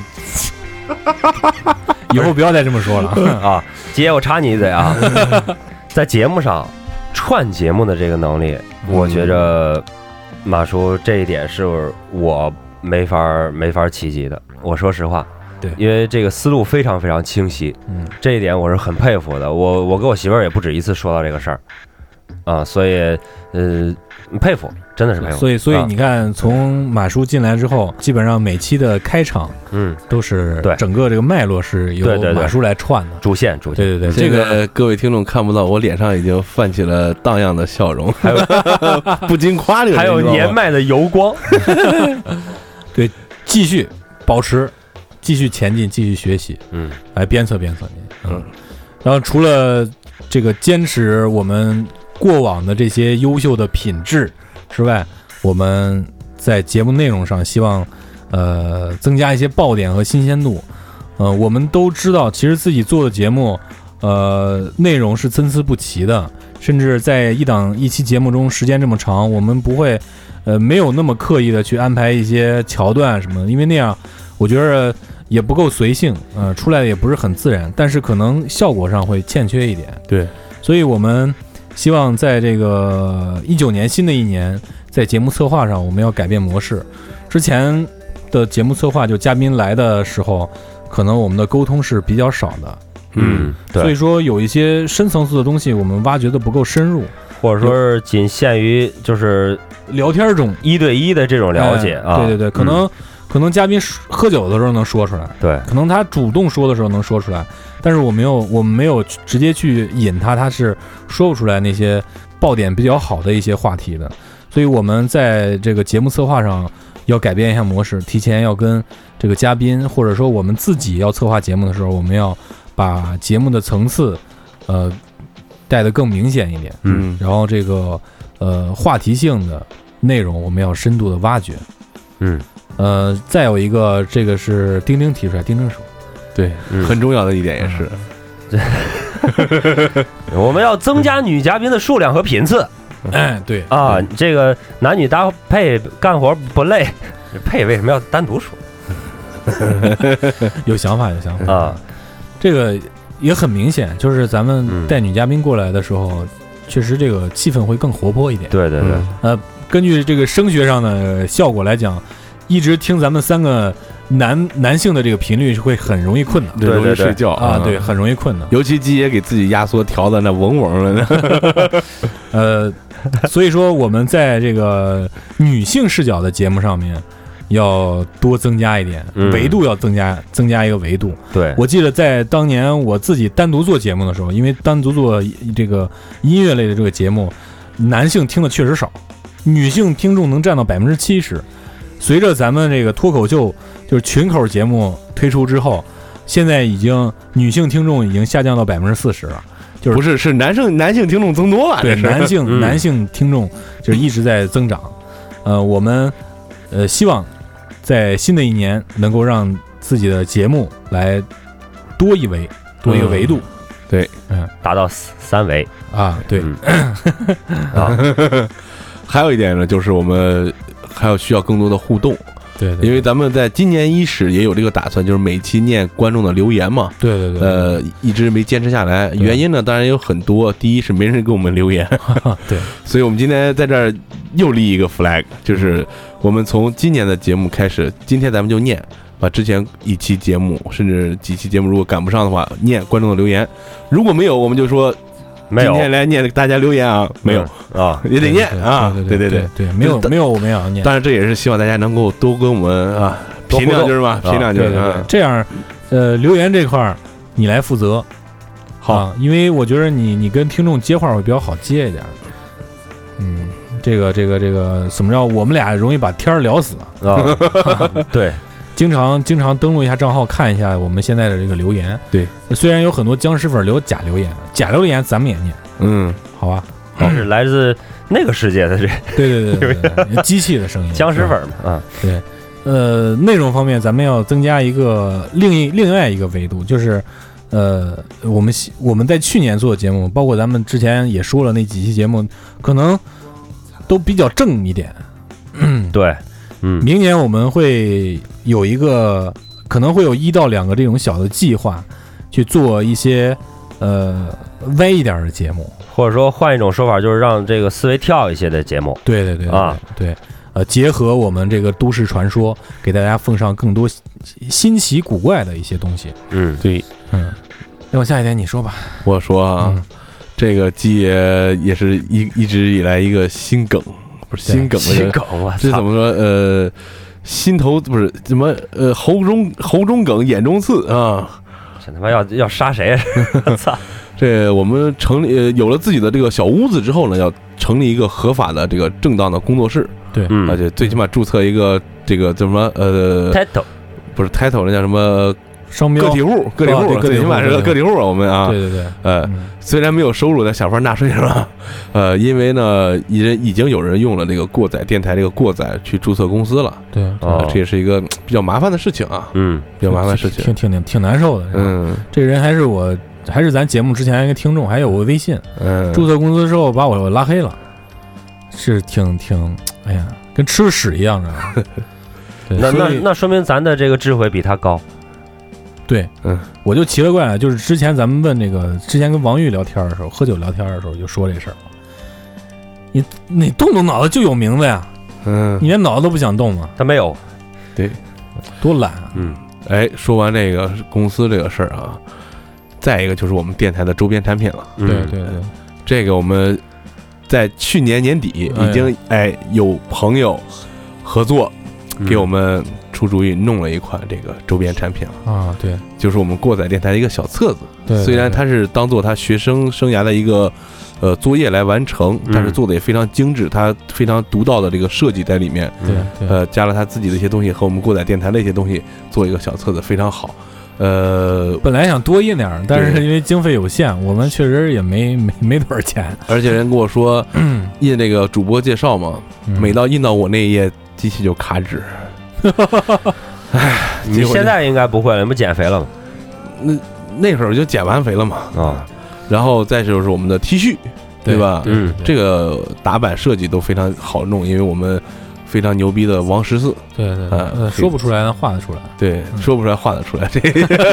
Speaker 3: 以后不要再这么说了。
Speaker 4: 啊，姐，我插你一嘴啊，在节目上串节目的这个能力，我觉着马叔这一点是我没法儿没法儿企及的。我说实话，
Speaker 3: 对
Speaker 4: 因为这个思路非常非常清晰，
Speaker 3: 嗯，
Speaker 4: 这一点我是很佩服的。我我跟我媳妇儿也不止一次说到这个事儿，啊，所以呃，佩服，真的是佩服。
Speaker 3: 所以所以
Speaker 4: 啊
Speaker 3: 你看，从马叔进来之后，基本上每期的开场
Speaker 4: 嗯，
Speaker 3: 都是
Speaker 4: 对
Speaker 3: 整个这个脉络是由
Speaker 4: 对对对
Speaker 3: 马叔来串的。
Speaker 4: 主线主
Speaker 3: 对
Speaker 4: 线，
Speaker 3: 对对， 这
Speaker 2: 这
Speaker 3: 个
Speaker 2: 个各位听众看不到，我脸上已经泛起了荡漾的笑容，
Speaker 4: 还有
Speaker 2: 不禁夸这个人，
Speaker 4: 还有
Speaker 2: 你知道吗
Speaker 4: 年迈的油光，
Speaker 3: 继续保持，继续前进，继续学习。
Speaker 4: 嗯，
Speaker 3: 来鞭策鞭策你。
Speaker 2: 嗯，
Speaker 3: 然后除了这个坚持我们过往的这些优秀的品质之外，我们在节目内容上希望呃增加一些爆点和新鲜度。呃，我们都知道，其实自己做的节目，呃，内容是参差不齐的，甚至在一档一期节目中时间这么长，我们不会，呃，没有那么刻意的去安排一些桥段什么的，因为那样，我觉着也不够随性，呃，出来的也不是很自然，但是可能效果上会欠缺一点。
Speaker 2: 对，
Speaker 3: 所以我们希望在这个一九年新的一年，在节目策划上我们要改变模式。之前的节目策划，就嘉宾来的时候，可能我们的沟通是比较少的，
Speaker 2: 嗯，
Speaker 3: 所以
Speaker 4: 对，
Speaker 3: 说有一些深层次的东西我们挖掘的不够深入。
Speaker 4: 或者说是仅限于就是
Speaker 3: 聊天中
Speaker 4: 一对一的这种了解
Speaker 3: 哎
Speaker 4: 啊，
Speaker 3: 对对对，可能、可能嘉宾喝酒的时候能说出来。
Speaker 4: 对，
Speaker 3: 可能他主动说的时候能说出来，但是我没有，我们没有去直接去引他，他是说不出来那些爆点比较好的一些话题的。所以我们在这个节目策划上要改变一下模式，提前要跟这个嘉宾，或者说我们自己要策划节目的时候，我们要把节目的层次，呃，带得更明显一点。
Speaker 2: 嗯
Speaker 3: 然后这个呃话题性的内容，我们要深度的挖掘。
Speaker 4: 嗯，
Speaker 3: 呃，再有一个，这个是丁丁提出来，丁丁说。
Speaker 2: 对，
Speaker 4: 嗯
Speaker 2: 很重要的一点也是，
Speaker 4: 我们要增加女嘉宾的数量和频次
Speaker 3: 哎，对，
Speaker 4: 啊！这个男女搭配干活不累，配为什么要单独说
Speaker 3: 有想法，有想法。
Speaker 4: 啊？
Speaker 3: 这个也很明显，就是咱们
Speaker 4: 嗯
Speaker 3: 带女嘉宾过来的时候，确实这个气氛会更活泼一点。
Speaker 4: 对对对，
Speaker 2: 嗯
Speaker 3: 根据这个声学上的效果来讲，一直听咱们三个男男性的这个频率是会很容易困的
Speaker 2: 对
Speaker 4: 对
Speaker 2: 容易
Speaker 4: 对
Speaker 2: 睡觉
Speaker 3: 啊，对，，很容易困的。
Speaker 2: 尤其鸡也给自己压缩调的那嗡嗡的，
Speaker 3: 呃，所以说我们在这个女性视角的节目上面。要多增加一点
Speaker 4: 嗯
Speaker 3: 维度，要增加增加一个维度。
Speaker 4: 对，
Speaker 3: 我记得在当年我自己单独做节目的时候，因为单独做这个音乐类的这个节目，男性听的确实少，女性听众能占到百分之七十。随着咱们这个脱口秀就是群口节目推出之后，现在已经女性听众已经下降到百分之四十了。就是
Speaker 2: 不是是男生男性听众增多了，
Speaker 3: 对
Speaker 2: 这是
Speaker 3: 啊男性、
Speaker 4: 嗯
Speaker 3: 男性听众就是一直在增长。呃，我们呃希望在新的一年能够让自己的节目来多一维，多一
Speaker 2: 嗯
Speaker 3: 个维度、
Speaker 4: 达到三三维
Speaker 3: 啊。对，
Speaker 4: 嗯啊，
Speaker 2: 还有一点呢，就是我们还要需要更多的互动，
Speaker 3: 对对，
Speaker 2: 因为咱们在今年伊始也有这个打算，就是每期念观众的留言嘛。
Speaker 3: 对对对，
Speaker 2: 呃，一直没坚持下来，原因呢当然有很多。第一是没人给我们留言，
Speaker 3: 啊对，
Speaker 2: 所以我们今天在这儿又立一个 flag，就是我们从今年的节目开始，今天咱们就念，把之前一期节目甚至几期节目如果赶不上的话，念观众的留言。如果没有，我们就说
Speaker 4: 没有
Speaker 2: 今天来念大家留言啊，没有、
Speaker 4: 啊，
Speaker 2: 也得念
Speaker 3: 对
Speaker 2: 啊，
Speaker 3: 对
Speaker 2: 对
Speaker 3: 对。对，没有
Speaker 2: 就是
Speaker 3: 没有我们也要念。
Speaker 2: 当然这也是希望大家能够多跟我们啊
Speaker 4: 多
Speaker 2: 拼
Speaker 4: 互动
Speaker 2: 两句嘛，拼两句
Speaker 3: 对对对
Speaker 2: 啊，，
Speaker 3: 这样，呃，留言这块儿你来负责，
Speaker 2: 好，
Speaker 3: 啊因为我觉得你你跟听众接话会比较好接一点儿。嗯，这个这个这个怎么着？我们俩容易把天儿聊死，
Speaker 4: 啊，对，
Speaker 3: 经常经常登录一下账号看一下我们现在的这个留言。
Speaker 2: 对，
Speaker 3: 虽然有很多僵尸粉留假留言，假留言咱们也念，
Speaker 2: 嗯，
Speaker 3: 好吧？
Speaker 4: 这是来自那个世界的这
Speaker 3: 对对对对对，机器的声音，
Speaker 4: 僵尸
Speaker 3: 是吧
Speaker 4: 粉儿嘛，啊，
Speaker 3: 呃，内容方面，咱们要增加一个另一另外一个维度，就是，呃，我们希我们在去年做的节目，包括咱们之前也说了那几期节目，可能都比较正一点。
Speaker 4: 对，嗯，
Speaker 3: 明年我们会有一个，可能会有一到两个这种小的计划，去做一些呃歪一点儿的节目。
Speaker 4: 或者说换一种说法，就是让这个思维跳一些的节目，
Speaker 3: 对对对对
Speaker 4: 啊
Speaker 3: 对，呃，结合我们这个都市传说，给大家奉上更多新新奇古怪的一些东西。
Speaker 4: 嗯，
Speaker 2: 对，
Speaker 3: 嗯，那我下一点你说吧。嗯
Speaker 2: 我说啊，这个鸡爷也是一一直以来一个新梗，不
Speaker 3: 对
Speaker 2: 是新梗了，
Speaker 4: 心梗，我
Speaker 2: 这怎
Speaker 4: 操，
Speaker 2: 么说？呃，心头不是怎么呃喉中喉中梗眼中刺啊。
Speaker 4: 这他妈要要杀谁啊？操，
Speaker 2: 这我们成立呃有了自己的这个小屋子之后呢，要成立一个合法的这个正当的工作室，
Speaker 4: 嗯
Speaker 2: 而且最起码注册一个这个叫什么呃
Speaker 4: ，title，
Speaker 2: 不是 title 那叫什么
Speaker 3: 商标
Speaker 2: 个体户个体
Speaker 3: 哦对个体户
Speaker 2: 户，最起码是个
Speaker 3: 个
Speaker 2: 个体户啊，我们啊
Speaker 3: 对对对，
Speaker 2: 呃
Speaker 3: 嗯
Speaker 2: 虽然没有收入，但想法纳税是吧？ 呃，因为呢，已人已经有人用了这个过载电台这个过载去注册公司了，
Speaker 3: 对，
Speaker 2: 啊、
Speaker 4: 哦
Speaker 2: 这，也是一个嗯比较麻烦的事情啊，
Speaker 4: 嗯，
Speaker 2: 比较麻烦的事情
Speaker 3: 挺。挺挺挺难受的。这个，
Speaker 2: 嗯
Speaker 3: 这人还是我，还是咱节目之前一个听众，还有我微信，
Speaker 2: 嗯，
Speaker 3: 注册公司之后把我拉黑了，是挺挺，哎呀，跟吃了屎一样，啊知道 吗？对
Speaker 4: 那哦那
Speaker 3: 所以
Speaker 4: 那说明咱的这个智慧比他高，
Speaker 3: 对，
Speaker 2: 嗯，
Speaker 3: 我就奇了怪了，就是之前咱们问那个，之前跟王玉聊天的时候，喝酒聊天的时候就说这事儿嘛，你你动动脑子就有名字呀，
Speaker 2: 嗯，
Speaker 3: 你连脑子都不想动吗？
Speaker 4: 他没有，
Speaker 3: 多懒啊！
Speaker 4: 嗯，
Speaker 2: 哎，说完这个公司这个事儿啊，再一个就是我们电台的周边产品了，
Speaker 4: 嗯
Speaker 3: 对对对，
Speaker 2: 这个我们在去年年底已
Speaker 3: 哎
Speaker 2: 经哎有朋友合作
Speaker 4: 嗯
Speaker 2: 给我们出主意弄了一款这个周边产品了，
Speaker 3: 啊，对
Speaker 2: 就是我们过载电台的一个小册子。
Speaker 3: 对，
Speaker 2: 虽然
Speaker 3: 对
Speaker 2: 他是当做他学生生涯的一个呃作业来完成，但是
Speaker 4: 嗯
Speaker 2: 做的也非常精致，他非常独到的这个设计在里面，
Speaker 3: 对对
Speaker 2: 呃，加了他自己的一些东西和我们过载电台的一些东西，做一个小册子非常好。呃，
Speaker 3: 本来想多印点儿，但是
Speaker 2: 对
Speaker 3: 因为经费有限，我们确实也没没没多少钱。
Speaker 2: 而且人跟我说印这个主播介绍嘛，
Speaker 3: 嗯
Speaker 2: 每到印到我那一页，机器就卡纸。
Speaker 4: 你现在应该不会了，你不减肥了吗？
Speaker 2: 那会儿就减完肥了嘛，
Speaker 4: 啊，
Speaker 2: 然后再就是我们的 T 恤，
Speaker 3: 对
Speaker 2: 对吧？
Speaker 4: 嗯
Speaker 2: 这个打版设计都非常好弄，因为我们非常牛逼的王十四，
Speaker 3: 对对对
Speaker 2: 呃
Speaker 3: 呃，说不出来的画得出来。
Speaker 2: 对，
Speaker 3: 嗯
Speaker 2: 说不出来，画得出来，这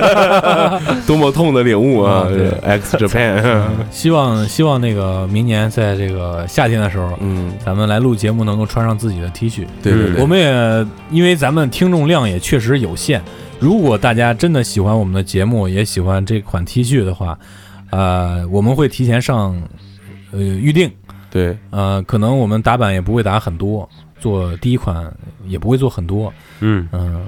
Speaker 2: 多么痛的领悟啊
Speaker 3: 啊对嗯
Speaker 2: ！X Japan，
Speaker 3: 希望希望那个明年在这个夏天的时候，
Speaker 2: 嗯，
Speaker 3: 咱们来录节目能够穿上自己的 T 恤。
Speaker 2: 对对
Speaker 4: 嗯
Speaker 2: 对，
Speaker 3: 我们也因为咱们听众量也确实有限，如果大家真的喜欢我们的节目，也喜欢这款 T 恤的话，呃，我们会提前上呃预定，
Speaker 2: 对
Speaker 3: 呃，可能我们打版也不会打很多，做第一款也不会做很多，
Speaker 4: 嗯，
Speaker 3: 嗯，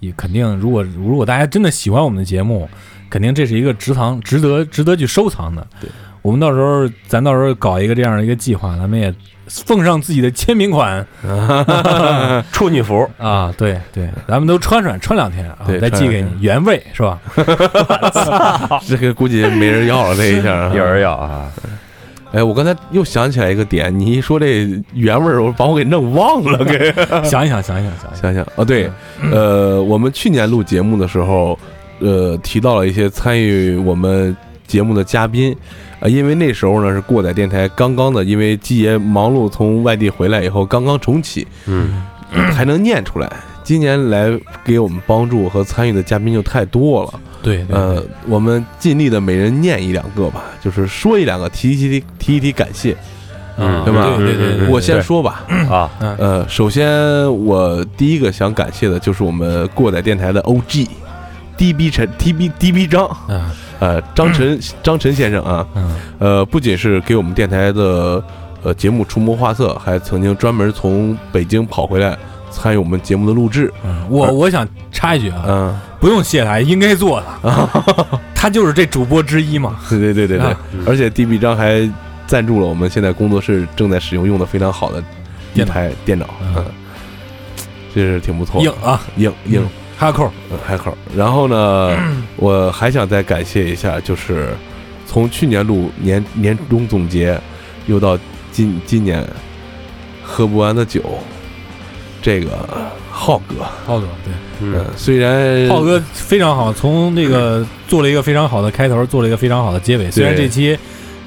Speaker 3: 也肯定，如果如果大家真的喜欢我们的节目，肯定这是一个值藏值得值得去收藏的。
Speaker 2: 对，
Speaker 3: 我们到时候咱到时候搞一个这样的一个计划，咱们也奉上自己的签名款
Speaker 4: 处女服，
Speaker 3: 啊，对对，咱们都穿穿穿两天啊，
Speaker 2: 对
Speaker 3: 再寄给
Speaker 2: 穿
Speaker 3: 你原味是 吧？
Speaker 2: 这个估计没人要了这一 下啊。
Speaker 4: 有人要啊，
Speaker 2: 哎，我刚才又想起来一个点，你一说这原味儿，我把我给弄忘 了，给
Speaker 3: 想一想，想一想，想一想，
Speaker 2: 想想啊，对，
Speaker 3: 嗯
Speaker 2: 呃，我们去年录节目的时候，呃，提到了一些参与我们节目的嘉宾，啊、因为那时候呢是过载电台刚刚的，因为季爷忙碌从外地回来以后，刚刚重启，
Speaker 4: 嗯，
Speaker 2: 还能念出来。今年来给我们帮助和参与的嘉宾就太多了，
Speaker 3: 对啊对
Speaker 2: 呃，我们尽力的每人念一两个吧，就是说一两个，提一提提一提感谢。
Speaker 3: 嗯
Speaker 2: 对吧
Speaker 3: 对对对，对
Speaker 2: 我先说吧，
Speaker 4: 啊，
Speaker 2: 呃，首先我第一个想感谢的就是我们过载电台的 OG DB 陈 DB DB 张，
Speaker 3: 啊
Speaker 2: 呃，张晨张晨先生啊，
Speaker 3: 嗯
Speaker 2: 呃，不仅是给我们电台的呃节目出谋划策，还曾经专门从北京跑回来参与我们节目的录制，
Speaker 3: 嗯，我我想插一句啊，
Speaker 2: 嗯、
Speaker 3: 不用谢他，应该做的， 他就是这主播之一嘛。
Speaker 2: 对对对对对
Speaker 3: 啊，
Speaker 2: 而且 DB 张还赞助了我们现在工作室正在使用用的非常好的一
Speaker 3: 电脑
Speaker 2: 台电脑，
Speaker 3: 嗯
Speaker 2: 嗯，这是挺不错
Speaker 3: 硬
Speaker 2: 的，
Speaker 3: 啊，
Speaker 2: 硬硬
Speaker 3: 哈扣，
Speaker 2: 嗯，海口。然后呢， 我还想再感谢一下，就是从去年录年年终总结，又到今今年喝不完的酒，这个浩哥，
Speaker 3: 浩哥，
Speaker 2: 嗯
Speaker 4: 嗯，，
Speaker 2: 虽然
Speaker 3: 对，浩哥非常好，从那个做了一个非常好的开头，做了一个非常好的结尾。虽然这期，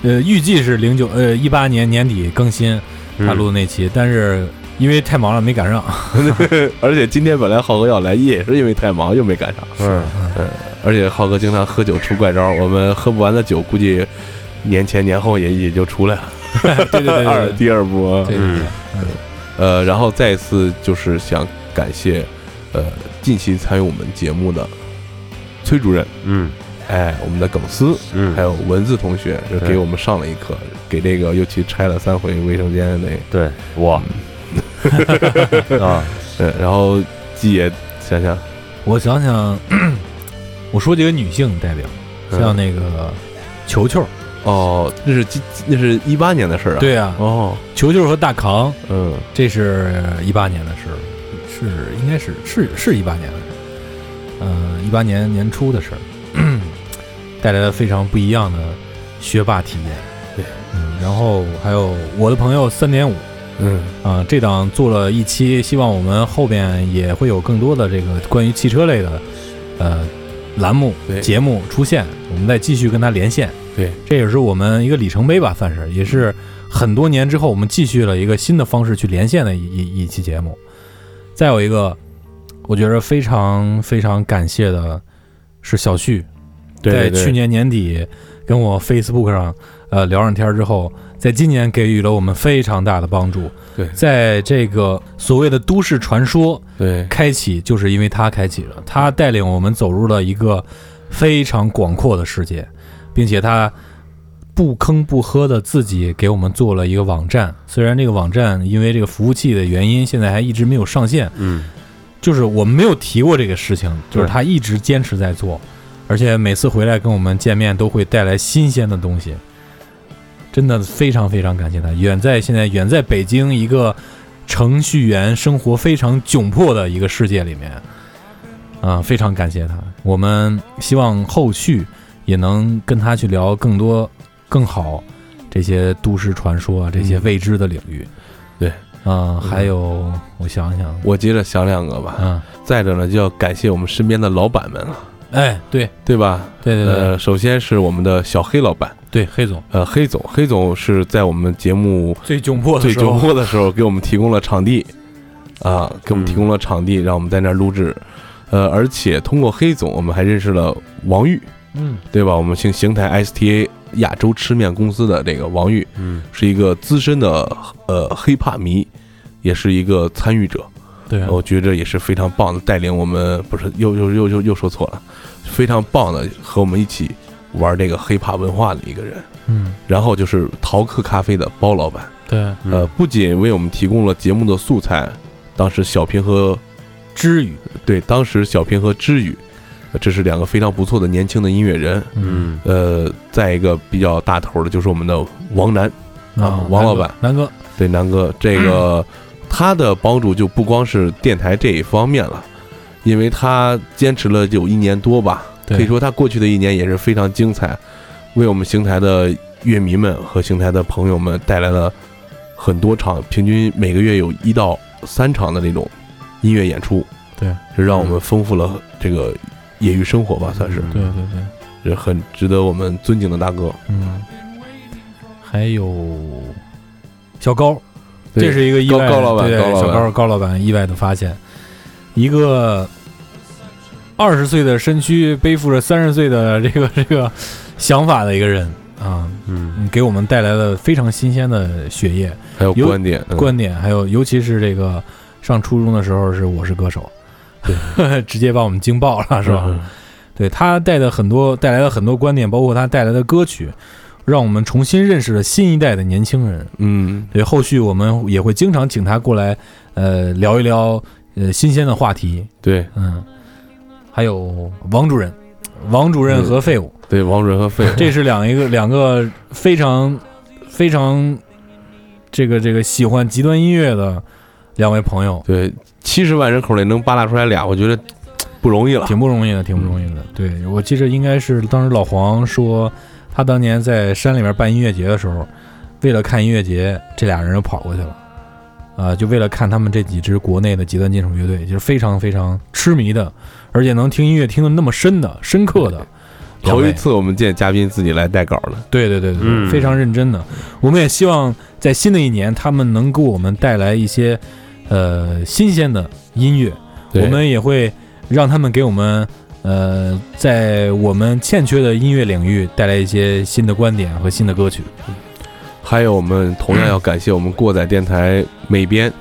Speaker 3: 呃，预计是零九呃一八年年底更新他录的那期，但是因为太忙了没赶上。
Speaker 2: 而且今天本来浩哥要来，也是因为太忙又没赶上。
Speaker 4: 嗯，
Speaker 2: 而且浩哥经常喝酒出怪招，我们喝不完的酒估计年前年后也也就出来了。
Speaker 3: 对对对
Speaker 2: 二
Speaker 3: 对对
Speaker 2: 第二波，
Speaker 3: 对，
Speaker 4: 嗯
Speaker 2: 呃，然后再一次就是想感谢，呃，近期参与我们节目的崔主任，
Speaker 4: 嗯
Speaker 2: 哎，我们的耿思，
Speaker 4: 嗯，
Speaker 2: 还有文字同学，就是给我们上了一课，给这个又去拆了三回卫生间那，
Speaker 4: 对我啊，
Speaker 2: 呃，然后季爷想想，
Speaker 3: 我想想，我说几个女性代表，像那个球球，
Speaker 2: 哦，那是今那是一八年的事儿啊，，
Speaker 3: 对啊，
Speaker 2: 哦，
Speaker 3: 球球和大扛，
Speaker 2: 嗯，
Speaker 3: 这是一八年的事儿，是应该是是是一八年的事儿，呃，一八年年初的事儿，嗯 带来了非常不一样的学霸体验。
Speaker 2: 对，
Speaker 3: 嗯，然后还有我的朋友三点五
Speaker 2: 嗯，
Speaker 3: 啊，这档做了一期，希望我们后边也会有更多的这个关于汽车类的呃栏目
Speaker 2: 对
Speaker 3: 节目出现，我们再继续跟他连线。
Speaker 2: 对，
Speaker 3: 这也是我们一个里程碑吧，算是也是很多年之后我们继续了一个新的方式去连线的一一一期节目。再有一个，我觉得非常非常感谢的是小旭，在
Speaker 2: 对，
Speaker 3: 去年年底跟我 Facebook 上呃聊上天儿之后，在今年给予了我们非常大的帮助。
Speaker 2: 对
Speaker 3: 在这个所谓的都市传说
Speaker 2: 对
Speaker 3: 开启，就是因为他开启了，他带领我们走入了一个非常广阔的世界，并且他。不吭不喝的自己给我们做了一个网站，虽然这个网站因为这个服务器的原因，现在还一直没有上线，
Speaker 4: 嗯
Speaker 3: 就是我们没有提过这个事情，就是
Speaker 4: 对
Speaker 3: 他一直坚持在做，而且每次回来跟我们见面都会带来新鲜的东西，真的非常非常感谢他。远在现在远在北京一个程序员生活非常窘迫的一个世界里面，啊、非常感谢他。我们希望后续也能跟他去聊更多更好这些都市传说啊，这些
Speaker 2: 嗯
Speaker 3: 未知的领域。
Speaker 2: 对，
Speaker 3: 啊、还有我想想，
Speaker 2: 我接着想两个吧。
Speaker 3: 啊、
Speaker 2: 再者呢，就要感谢我们身边的老板们了，
Speaker 3: 哎，对。
Speaker 2: 对吧？
Speaker 3: 对对对
Speaker 2: 呃，首先是我们的小黑老板，
Speaker 3: 对，黑总
Speaker 2: 呃，黑总，黑总是在我们节目
Speaker 3: 最窘迫
Speaker 2: 最窘，迫的时候给我们提供了场地，啊，给我们
Speaker 4: 嗯
Speaker 2: 提供了场地，让我们在那儿录制。呃，而且通过黑总，我们还认识了王玉，
Speaker 3: 嗯，
Speaker 2: 对吧？我们邢邢台 STA 亚洲吃面公司的这个王玉
Speaker 4: 嗯
Speaker 2: 是一个资深的呃黑怕迷，也是一个参与者。
Speaker 3: 对啊，
Speaker 2: 我觉着也是非常棒的，带领我们不是又又又又又说错了，非常棒的和我们一起玩这个黑怕文化的一个人。
Speaker 3: 嗯，
Speaker 2: 然后就是淘客咖啡的包老板，
Speaker 3: 对，
Speaker 4: 嗯
Speaker 2: 呃，不仅为我们提供了节目的素材，当时小平和
Speaker 3: 知语，
Speaker 2: 对当时小平和知宇这是两个非常不错的年轻的音乐人。
Speaker 4: 嗯，
Speaker 2: 呃，再一个比较大头的就是我们的王楠，啊王老板，
Speaker 3: 嗯南哥，
Speaker 2: 对南哥，这个他的帮助就不光是电台这一方面了，因为他坚持了有一年多吧，
Speaker 3: 对
Speaker 2: 可以说他过去的一年也是非常精彩，为我们邢台的乐迷们和邢台的朋友们带来了很多场，平均每个月有一到三场的那种音乐演出，
Speaker 3: 对，
Speaker 2: 是让我们丰富了这个业余生活
Speaker 3: 嗯
Speaker 2: 吧，算是，
Speaker 3: 对对对，
Speaker 2: 是很值得我们尊敬的大哥。
Speaker 3: 嗯，还有小高，
Speaker 2: 对
Speaker 3: 这是一个意外的
Speaker 2: 高高老板
Speaker 3: 对
Speaker 2: 高老板
Speaker 3: 小高高老板意外的发现，一个二十岁的身躯背负着三十岁的这个这个想法的一个人啊，
Speaker 4: 嗯
Speaker 3: 嗯，给我们带来了非常新鲜的血液
Speaker 2: 还有
Speaker 3: 有
Speaker 2: 观点，嗯
Speaker 3: 观点，还有尤其是这个上初中的时候是《我是歌手》对， 直接把我们惊爆了，是吧？
Speaker 2: 嗯
Speaker 3: 对他带的很多带来了很多观点，包括他带来的歌曲，让我们重新认识了新一代的年轻人。
Speaker 2: 嗯，
Speaker 3: 对，后续我们也会经常请他过来，呃，聊一聊呃新鲜的话题。
Speaker 2: 对
Speaker 3: 嗯，还有王主任，王主任和废物，
Speaker 2: 对，王准 和费尔，
Speaker 3: 这是两一个两个非常非常这个这个喜欢极端音乐的两位朋友，
Speaker 2: 对，七十万人口里能扒拉出来俩，我觉得不容易了。
Speaker 3: 挺不容易的，挺不容易的。对我记着应该是当时老黄说，他当年在山里面办音乐节的时候，为了看音乐节，这俩人就跑过去了，啊、就为了看他们这几支国内的极端金属乐队，就是非常非常痴迷的，而且能听音乐听得那么深的、深刻的。两
Speaker 2: 头
Speaker 3: 位
Speaker 2: 一次我们见嘉宾自己来带稿了，
Speaker 3: 对对对对，
Speaker 4: 嗯
Speaker 3: 非常认真的。我们也希望在新的一年，他们能给我们带来一些呃新鲜的音乐。
Speaker 2: 对
Speaker 3: 我们也会让他们给我们呃，在我们欠缺的音乐领域带来一些新的观点和新的歌曲。
Speaker 2: 还有我们同样要感谢我们过载电台美编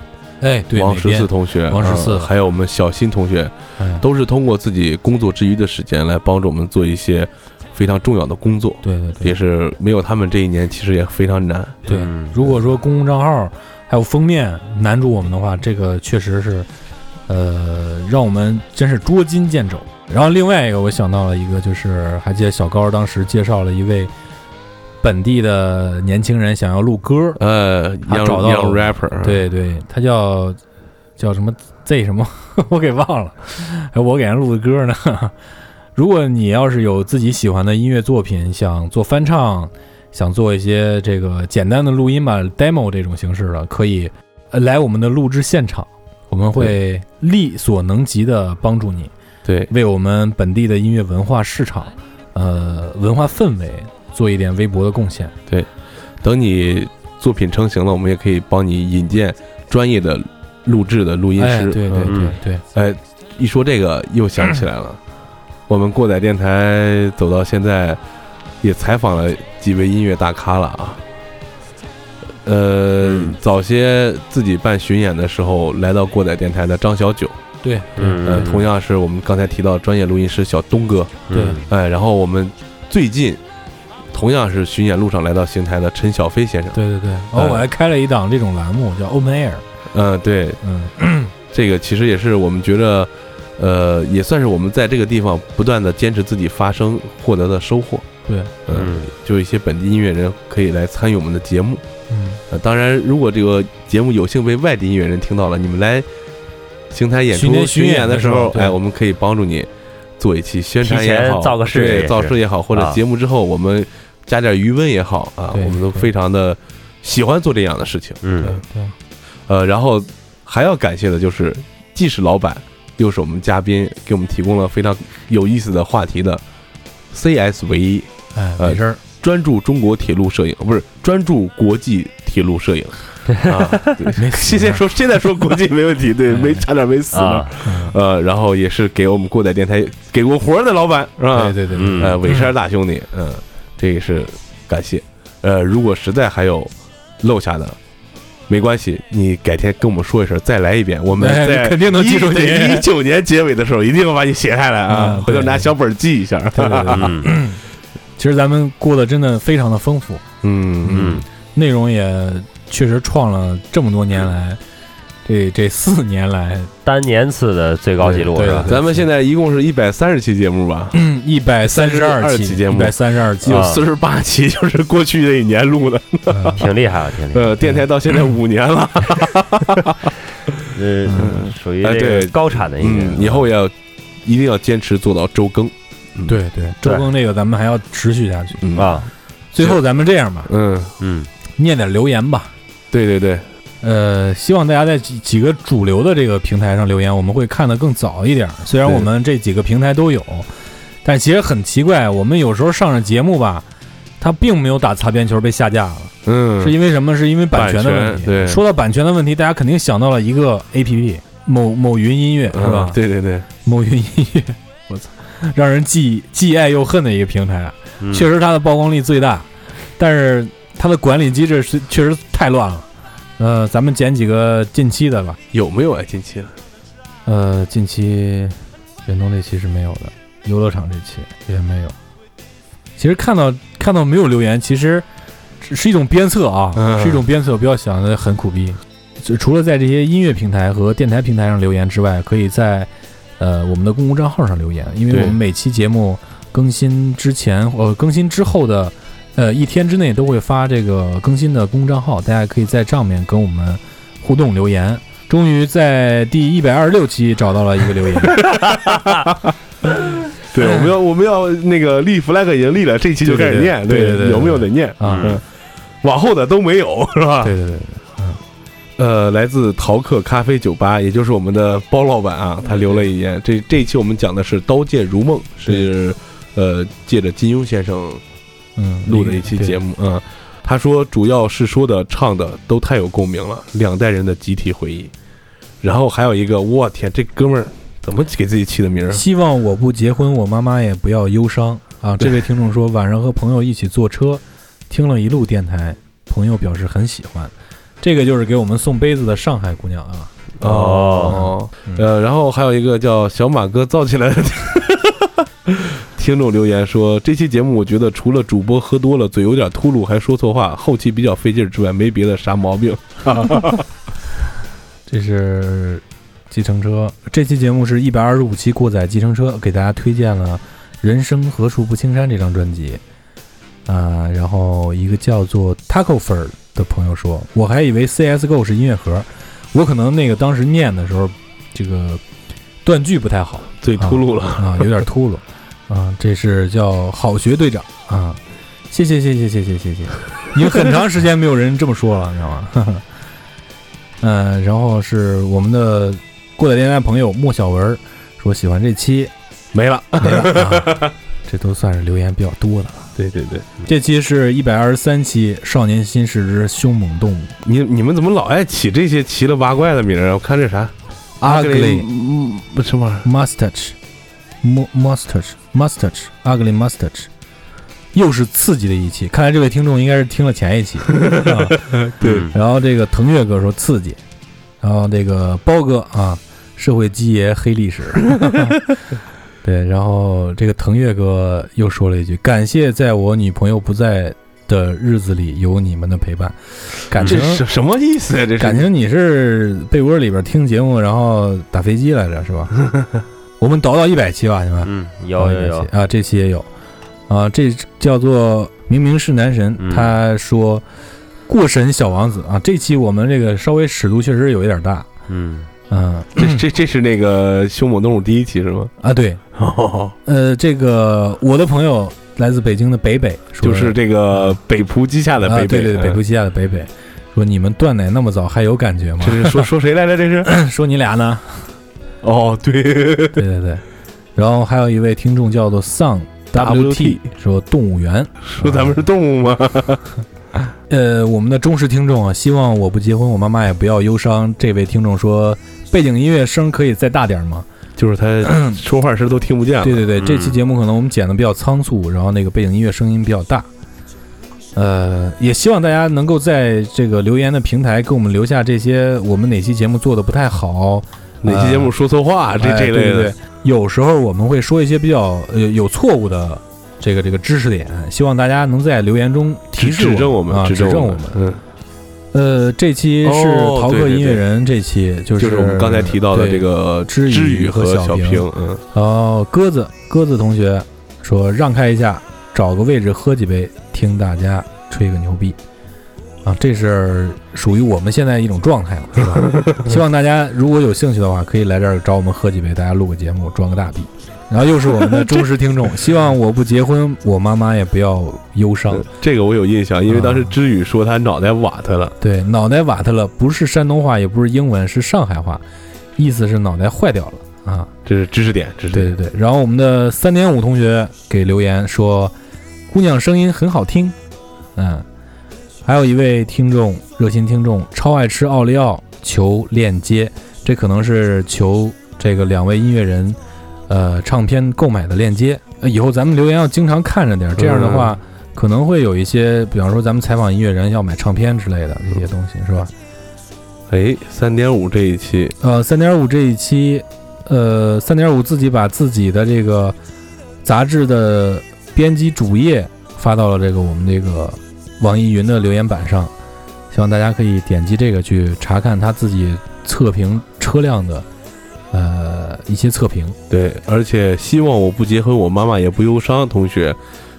Speaker 3: 哎，对，
Speaker 2: 王
Speaker 3: 哪
Speaker 2: 十
Speaker 3: 边
Speaker 2: 四同学，
Speaker 3: 王十四
Speaker 2: 嗯还有我们小新同学，
Speaker 3: 哎
Speaker 2: 都是通过自己工作之余的时间来帮助我们做一些非常重要的工作，
Speaker 3: 对对对
Speaker 2: 也是没有他们这一年其实也非常难。
Speaker 3: 对。如果说公共账号还有封面难住我们的话，这个确实是呃，让我们真是捉襟见肘。然后另外一个，我想到了一个，就是还记得小高当时介绍了一位本地的年轻人想要录歌儿，
Speaker 2: 呃，
Speaker 3: 他
Speaker 2: 让
Speaker 3: 找到
Speaker 2: 让
Speaker 3: 了
Speaker 2: rapper，，嗯
Speaker 3: 对对，他叫叫什么 Z 什么， 我给忘了，哎我给人录的歌呢。 如果你要是有自己喜欢的音乐作品，想做翻唱，想做一些这个简单的录音吧，demo 这种形式的，可以呃来我们的录制现场，我们会力所能及的帮助你，
Speaker 2: 对，
Speaker 3: 为我们本地的音乐文化市场，呃，文化氛围做一点微薄的贡献。
Speaker 2: 等你作品成型了，我们也可以帮你引荐专业的录制的录音
Speaker 3: 哎，
Speaker 2: 师。
Speaker 3: 对对
Speaker 2: 嗯
Speaker 3: 对
Speaker 4: 嗯
Speaker 3: 对，
Speaker 2: 哎，一说这个又想起来 了，我们过载电台走到现在，也采访了几位音乐大咖了啊。呃，
Speaker 4: 嗯
Speaker 2: 早些自己办巡演的时候，来到过载电台的张小九，
Speaker 3: 对，
Speaker 4: 嗯
Speaker 2: 呃，同样是我们刚才提到专业录音师小东哥，
Speaker 3: 对
Speaker 2: 哎，然后我们最近同样是巡演路上来到邢台的陈小飞先生，
Speaker 3: 对对对，然后我还开了一档这种栏目叫 Open Air，
Speaker 2: 嗯、对，
Speaker 3: 嗯，
Speaker 2: 这个其实也是我们觉得，呃，也算是我们在这个地方不断的坚持自己发声获得的收获。
Speaker 3: 对，
Speaker 2: 嗯，
Speaker 4: 嗯
Speaker 2: 就一些本地音乐人可以来参与我们的节目。
Speaker 3: 嗯，
Speaker 2: 呃，当然，如果这个节目有幸被外地音乐人听到了，你们来邢台演
Speaker 3: 巡
Speaker 2: 出
Speaker 3: 演
Speaker 2: 巡演的时
Speaker 3: 巡演
Speaker 2: 候，
Speaker 3: 的时候对
Speaker 2: 哎，我们可以帮助你做一期宣传
Speaker 4: 提前
Speaker 2: 也好，
Speaker 4: 造个势也
Speaker 2: 对，
Speaker 4: 是
Speaker 2: 造势也好，或者
Speaker 4: 啊
Speaker 2: 节目之后我们加点余温也好啊，
Speaker 3: 对
Speaker 2: 我们都
Speaker 3: 对
Speaker 2: 非常的喜欢做这样的事情。
Speaker 4: 嗯
Speaker 3: 对，
Speaker 2: 呃，然后还要感谢的就是，既是老板，又是我们嘉宾，给我们提供了非常有意思的话题的 CS 唯一，
Speaker 3: 哎，
Speaker 2: 呃
Speaker 3: 没 事儿，
Speaker 2: 专注中国铁路摄影，不是专注国际铁路摄影。啊，
Speaker 3: 没
Speaker 2: 现在说现在说国际没问题，对，没差点没死呢
Speaker 4: 啊。，
Speaker 3: 嗯
Speaker 2: 呃，然后也是给我们过载电台给过活儿的老板，是吧？
Speaker 3: 对对对对，
Speaker 4: 嗯
Speaker 2: 呃，伟山大兄弟，嗯、这也是感谢。呃，如果实在还有漏下的，没关系，你改天跟我们说一声，再来一遍，我们
Speaker 3: 哎
Speaker 2: 在
Speaker 3: 肯定能记住你
Speaker 2: 一九年结尾的时候，一定要把你写下来啊，
Speaker 3: 嗯
Speaker 2: 回头
Speaker 3: 对
Speaker 2: 拿小本儿记一下。
Speaker 3: 对对对，
Speaker 4: 嗯
Speaker 3: 其实咱们过得真的非常的丰富，
Speaker 2: 嗯
Speaker 4: 嗯
Speaker 3: 内容也确实创了这么多年来。这这四年来
Speaker 4: 单年次的最高纪录
Speaker 3: 对
Speaker 4: 是
Speaker 3: 对嗯
Speaker 4: 吧？
Speaker 2: 咱们现在一共是一百三十期节目吧，
Speaker 3: 一百三十二
Speaker 2: 期
Speaker 3: 期，
Speaker 2: 节
Speaker 3: 一
Speaker 2: 目
Speaker 3: 百三十二期，
Speaker 2: 有
Speaker 4: 啊
Speaker 2: 四十八期就是过去这一年录的。
Speaker 3: 嗯
Speaker 4: 挺厉害了，啊挺厉害
Speaker 2: 呃，电台到现在五年了，
Speaker 4: 呃，属于
Speaker 2: 哎
Speaker 4: 这
Speaker 2: 对
Speaker 4: 个高产的一
Speaker 2: 嗯，
Speaker 4: 年。
Speaker 2: 以后要一定要坚持做到周更。
Speaker 3: 对对，周更这个咱们还要持续下去。
Speaker 2: 嗯，
Speaker 4: 啊，
Speaker 3: 最后咱们这样吧，
Speaker 2: 嗯，
Speaker 4: 嗯，
Speaker 3: 念点留言吧。
Speaker 2: 对对对，
Speaker 3: 呃，希望大家在几几个主流的这个平台上留言，我们会看得更早一点。虽然
Speaker 2: 对
Speaker 3: 我们这几个平台都有，但其实很奇怪，我们有时候上上节目吧，它并没有打擦边球被下架了，
Speaker 2: 嗯，
Speaker 3: 是因为什么？是因为版权的问题。
Speaker 2: 版权对
Speaker 3: 说到版权的问题，大家肯定想到了一个 A P P，某某云音乐是吧
Speaker 2: 嗯？对对对，
Speaker 3: 某云音乐，我操，让人既既爱又恨的一个平台，
Speaker 4: 嗯
Speaker 3: 确实它的曝光率最大，但是它的管理机制是确实太乱了。呃，咱们捡几个近期的吧。
Speaker 2: 有没有爱近期了？
Speaker 3: 呃，近期远东这期是没有的，游乐场这期也没有。其实看到看到没有留言，其实只是一种鞭策啊，
Speaker 2: 嗯
Speaker 3: 是一种鞭策，不要想的很苦逼。就除了在这些音乐平台和电台平台上留言之外，可以在呃我们的公共账号上留言，因为
Speaker 2: 对
Speaker 3: 我们每期节目更新之前呃更新之后的呃一天之内都会发这个更新的公众账号，大家可以在上面跟我们互动留言。终于在第一百二十六期找到了一个 留言，
Speaker 2: 对，我们要我们要那个立 flag 已经立了，这期就开始念，
Speaker 3: 哎对对对对对
Speaker 2: 有没有得念
Speaker 3: 啊
Speaker 2: 嗯往后的都没有，是吧？
Speaker 3: 对对对，
Speaker 2: 呃，来自淘客咖啡酒吧，也就是我们的包老板啊，他留了一言。这这一期我们讲的是《刀剑如梦》，是呃借着金庸先生
Speaker 3: 嗯，
Speaker 2: 录的一期节
Speaker 3: 目，
Speaker 2: 目，嗯，他说主要是说的唱的都太有共鸣了，两代人的集体回忆。然后还有一个，我天，这哥们儿怎么给自己起的名儿？
Speaker 3: 希望我不结婚，我妈妈也不要忧伤啊！
Speaker 2: 对
Speaker 3: 这位听众说，晚上和朋友一起坐车，听了一路电台，朋友表示很喜欢。这个就是给我们送杯子的上海姑娘啊，
Speaker 2: 哦，
Speaker 3: 嗯
Speaker 2: 呃，然后还有一个叫小马哥造起来的 听众留言说，这期节目我觉得除了主播喝多了嘴有点秃噜，还说错话，后期比较费劲儿之外，没别的啥毛病。
Speaker 3: 这是计程车。这期节目是一百二十五期过载计程车，给大家推荐了《人生何处不青山》这张专辑啊、然后一个叫做 Taco 粉儿的朋友说，我还以为 CSGO 是音乐盒，我可能那个当时念的时候，这个断句不太好。
Speaker 2: 嘴秃噜了，
Speaker 3: 啊，有点秃噜啊。这是叫好学队长啊，谢谢谢谢谢谢谢谢，已经很长时间没有人这么说了，你知道吗？ 呵呵嗯，然后是我们的过载电台朋友莫小文儿说喜欢这期，
Speaker 2: 没了。
Speaker 3: 没了啊这都算是留言比较多的了。
Speaker 2: 对对对，
Speaker 3: 这期是一百二十三期《少年心是只凶猛动物
Speaker 2: 你你们怎么老爱起这些奇了八怪的名儿啊？我看这啥》
Speaker 3: ，Ugly
Speaker 2: 嗯，不什么玩意儿？
Speaker 3: Mustache mu- Mustache Mustache Ugly Mustache，又是刺激的一期。看来这位听众应该是听了前 一期。啊
Speaker 2: 对，
Speaker 4: 嗯
Speaker 3: 然后这个腾岳哥说刺激，然后这个包哥啊，社会基爷黑历 史。对，然后这个腾岳哥又说了一句：“感谢在我女朋友不在的日子里有你们的陪伴。”感情
Speaker 2: 这什什么意思呀、啊这是
Speaker 3: 感情你是被窝里边听节目，然后打飞机来着 是吧？我们倒到一百期吧，你们
Speaker 4: 嗯，有有有，
Speaker 3: 啊，这期也有啊，这叫做明明是男神，
Speaker 4: 嗯
Speaker 3: 他说过神小王子啊，这期我们这个稍微尺度确实有一点大，
Speaker 4: 嗯，
Speaker 3: 嗯
Speaker 2: 这这这是那个《凶猛动物》第一期是吗？
Speaker 3: 啊对，
Speaker 2: 哦，
Speaker 3: 呃，这个我的朋友来自北京的北北说
Speaker 2: 就
Speaker 3: 的，
Speaker 2: 是这个北浦基下的
Speaker 3: 啊
Speaker 2: 北北，
Speaker 3: 对对对，北
Speaker 2: 嗯
Speaker 3: 部西亚的北北。说你们断奶那么早还有感觉吗
Speaker 2: 这？是说说谁来着？这 是
Speaker 3: 说你俩呢？
Speaker 2: 哦，对，
Speaker 3: 对对对，然后还有一位听众叫做 Sun
Speaker 2: WT
Speaker 3: 说动物园，
Speaker 2: 说咱们是动物吗？
Speaker 3: 呃，我们的忠实听众啊，希望我不结婚，我妈妈也不要忧伤。这位听众说，背景音乐声可以再大点吗？
Speaker 2: 就是他说话时都听不见了。
Speaker 3: 对对对，
Speaker 4: 嗯
Speaker 3: 这期节目可能我们剪的比较仓促，然后那个背景音乐声音比较大。呃，也希望大家能够在这个留言的平台给我们留下这些我们哪期节目做的不太好，
Speaker 2: 哪期节目说错话？啊这
Speaker 3: 哎
Speaker 2: 这
Speaker 3: 对
Speaker 2: 类
Speaker 3: 对对
Speaker 2: 的，，
Speaker 3: 有时候我们会说一些比较呃有错误的这个这个知识点，希望大家能在留言中提
Speaker 2: 指
Speaker 3: 示
Speaker 2: 指正
Speaker 3: 我
Speaker 2: 我
Speaker 3: 啊
Speaker 2: 们，
Speaker 3: 指
Speaker 2: 正
Speaker 3: 正我
Speaker 2: 们
Speaker 3: 们。。
Speaker 2: 嗯，
Speaker 3: 呃，这期是
Speaker 2: 哦
Speaker 3: 逃
Speaker 2: 对
Speaker 3: 课
Speaker 2: 对
Speaker 3: 音乐
Speaker 2: 对
Speaker 3: 人，这期就是
Speaker 2: 就是我们刚才提到的
Speaker 3: 对
Speaker 2: 这个
Speaker 3: 知
Speaker 2: 知
Speaker 3: 雨
Speaker 2: 雨
Speaker 3: 和
Speaker 2: 和
Speaker 3: 小
Speaker 2: 小
Speaker 3: 平
Speaker 2: 平，嗯，
Speaker 3: 哦，鸽子鸽子同学说让开一下，找个位置喝几杯，听大家吹个牛逼。啊，这是属于我们现在一种状态了，是吧？希望大家如果有兴趣的话，可以来这儿找我们喝几杯，大家录个节目，装个大逼。然后又是我们的忠实听众，希望我不结婚，我妈妈也不要忧 伤。
Speaker 2: 这个我有印象，因为当时
Speaker 3: 啊
Speaker 2: 知雨说他脑袋瓦特了，
Speaker 3: 对，脑袋瓦特了，不是山东话，也不是英文，是上海话，意思是脑袋坏掉了啊。
Speaker 2: 这是知识点，知识
Speaker 3: 对
Speaker 2: 点。
Speaker 3: 对对，然后我们的三点五同学给留言说，姑娘声音很好听，嗯，还有一位听众热心听众超爱吃奥利奥，求链接，这可能是求这个两位音乐人，呃，唱片购买的链接。呃以后咱们留言要经常看着点儿，这样的话、可能会有一些，比方说咱们采访音乐人要买唱片之类的这些东西，是吧？
Speaker 2: 哎，三点五这一期
Speaker 3: 呃，三点五这一期，呃，三点五自己把自己的这个杂志的编辑主页发到了这个我们这个网易云的留言板上，希望大家可以点击这个去查看他自己测评车辆的呃一些测评。
Speaker 2: 对，而且希望我不结婚，我妈妈也不忧伤。同学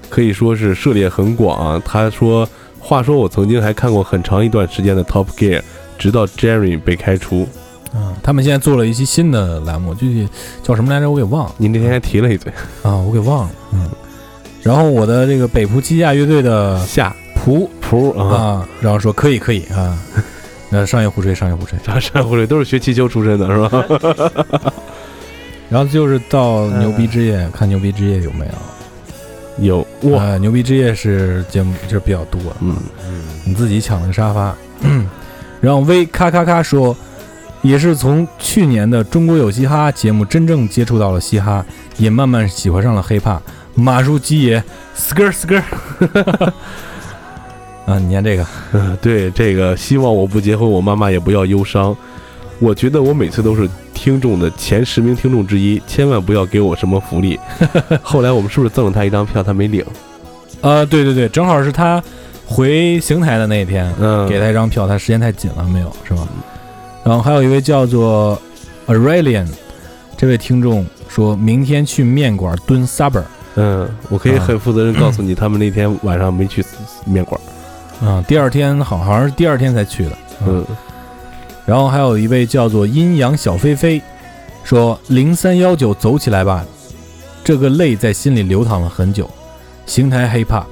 Speaker 2: 可以说是涉猎很广啊。他说，话说我曾经还看过很长一段时间的 Top Gear，直到 Jerry 被开除。
Speaker 3: 嗯，他们现在做了一期新的栏目，具体叫什么来着？我给忘了。
Speaker 2: 您那天还提了一嘴，
Speaker 3: 啊，我给忘了。嗯，然后我的这个北浦旗下乐队的
Speaker 2: 下
Speaker 3: 蒲
Speaker 2: 仆啊，
Speaker 3: 啊，然后说可以可以 啊，那商业互吹商业互吹。
Speaker 2: 啥山湖水都是学汽修出身的，是吧？
Speaker 3: 然后就是到
Speaker 2: 嗯
Speaker 3: 牛逼之夜，看牛逼之夜有没有。
Speaker 2: 有哇，
Speaker 3: 呃，牛逼之夜是节目就是比较多，
Speaker 2: 嗯，
Speaker 3: 你自己抢了个沙 发。然后 V 咔咔咔说，也是从去年的《中国有嘻哈》节目真正接触到了嘻哈，也慢慢喜欢上了 hiphop。马叔基爷，skr skr，啊，你念这个，
Speaker 2: 嗯对这个，希望我不结婚，我妈妈也不要忧伤。我觉得我每次都是听众的前十名听众之一，千万不要给我什么福 利。后来我们是不是赠了他一张票，他没领？
Speaker 3: 呃，对对对，正好是他回邢台的那一天，
Speaker 2: 嗯，
Speaker 3: 给他一张票，他时间太紧了，没有是吧？然后还有一位叫做 Aurelian 这位听众说，明天去面馆蹲 supper
Speaker 2: 嗯，我可以很负责任告诉你，他们那天晚上没去面馆。
Speaker 3: 啊，第二天好好像是第二天才去的。
Speaker 2: 嗯，
Speaker 3: 然后还有一位叫做阴阳小飞飞说，零三幺九走起来吧，这个泪在心里流淌了很久。邢台 hiphop，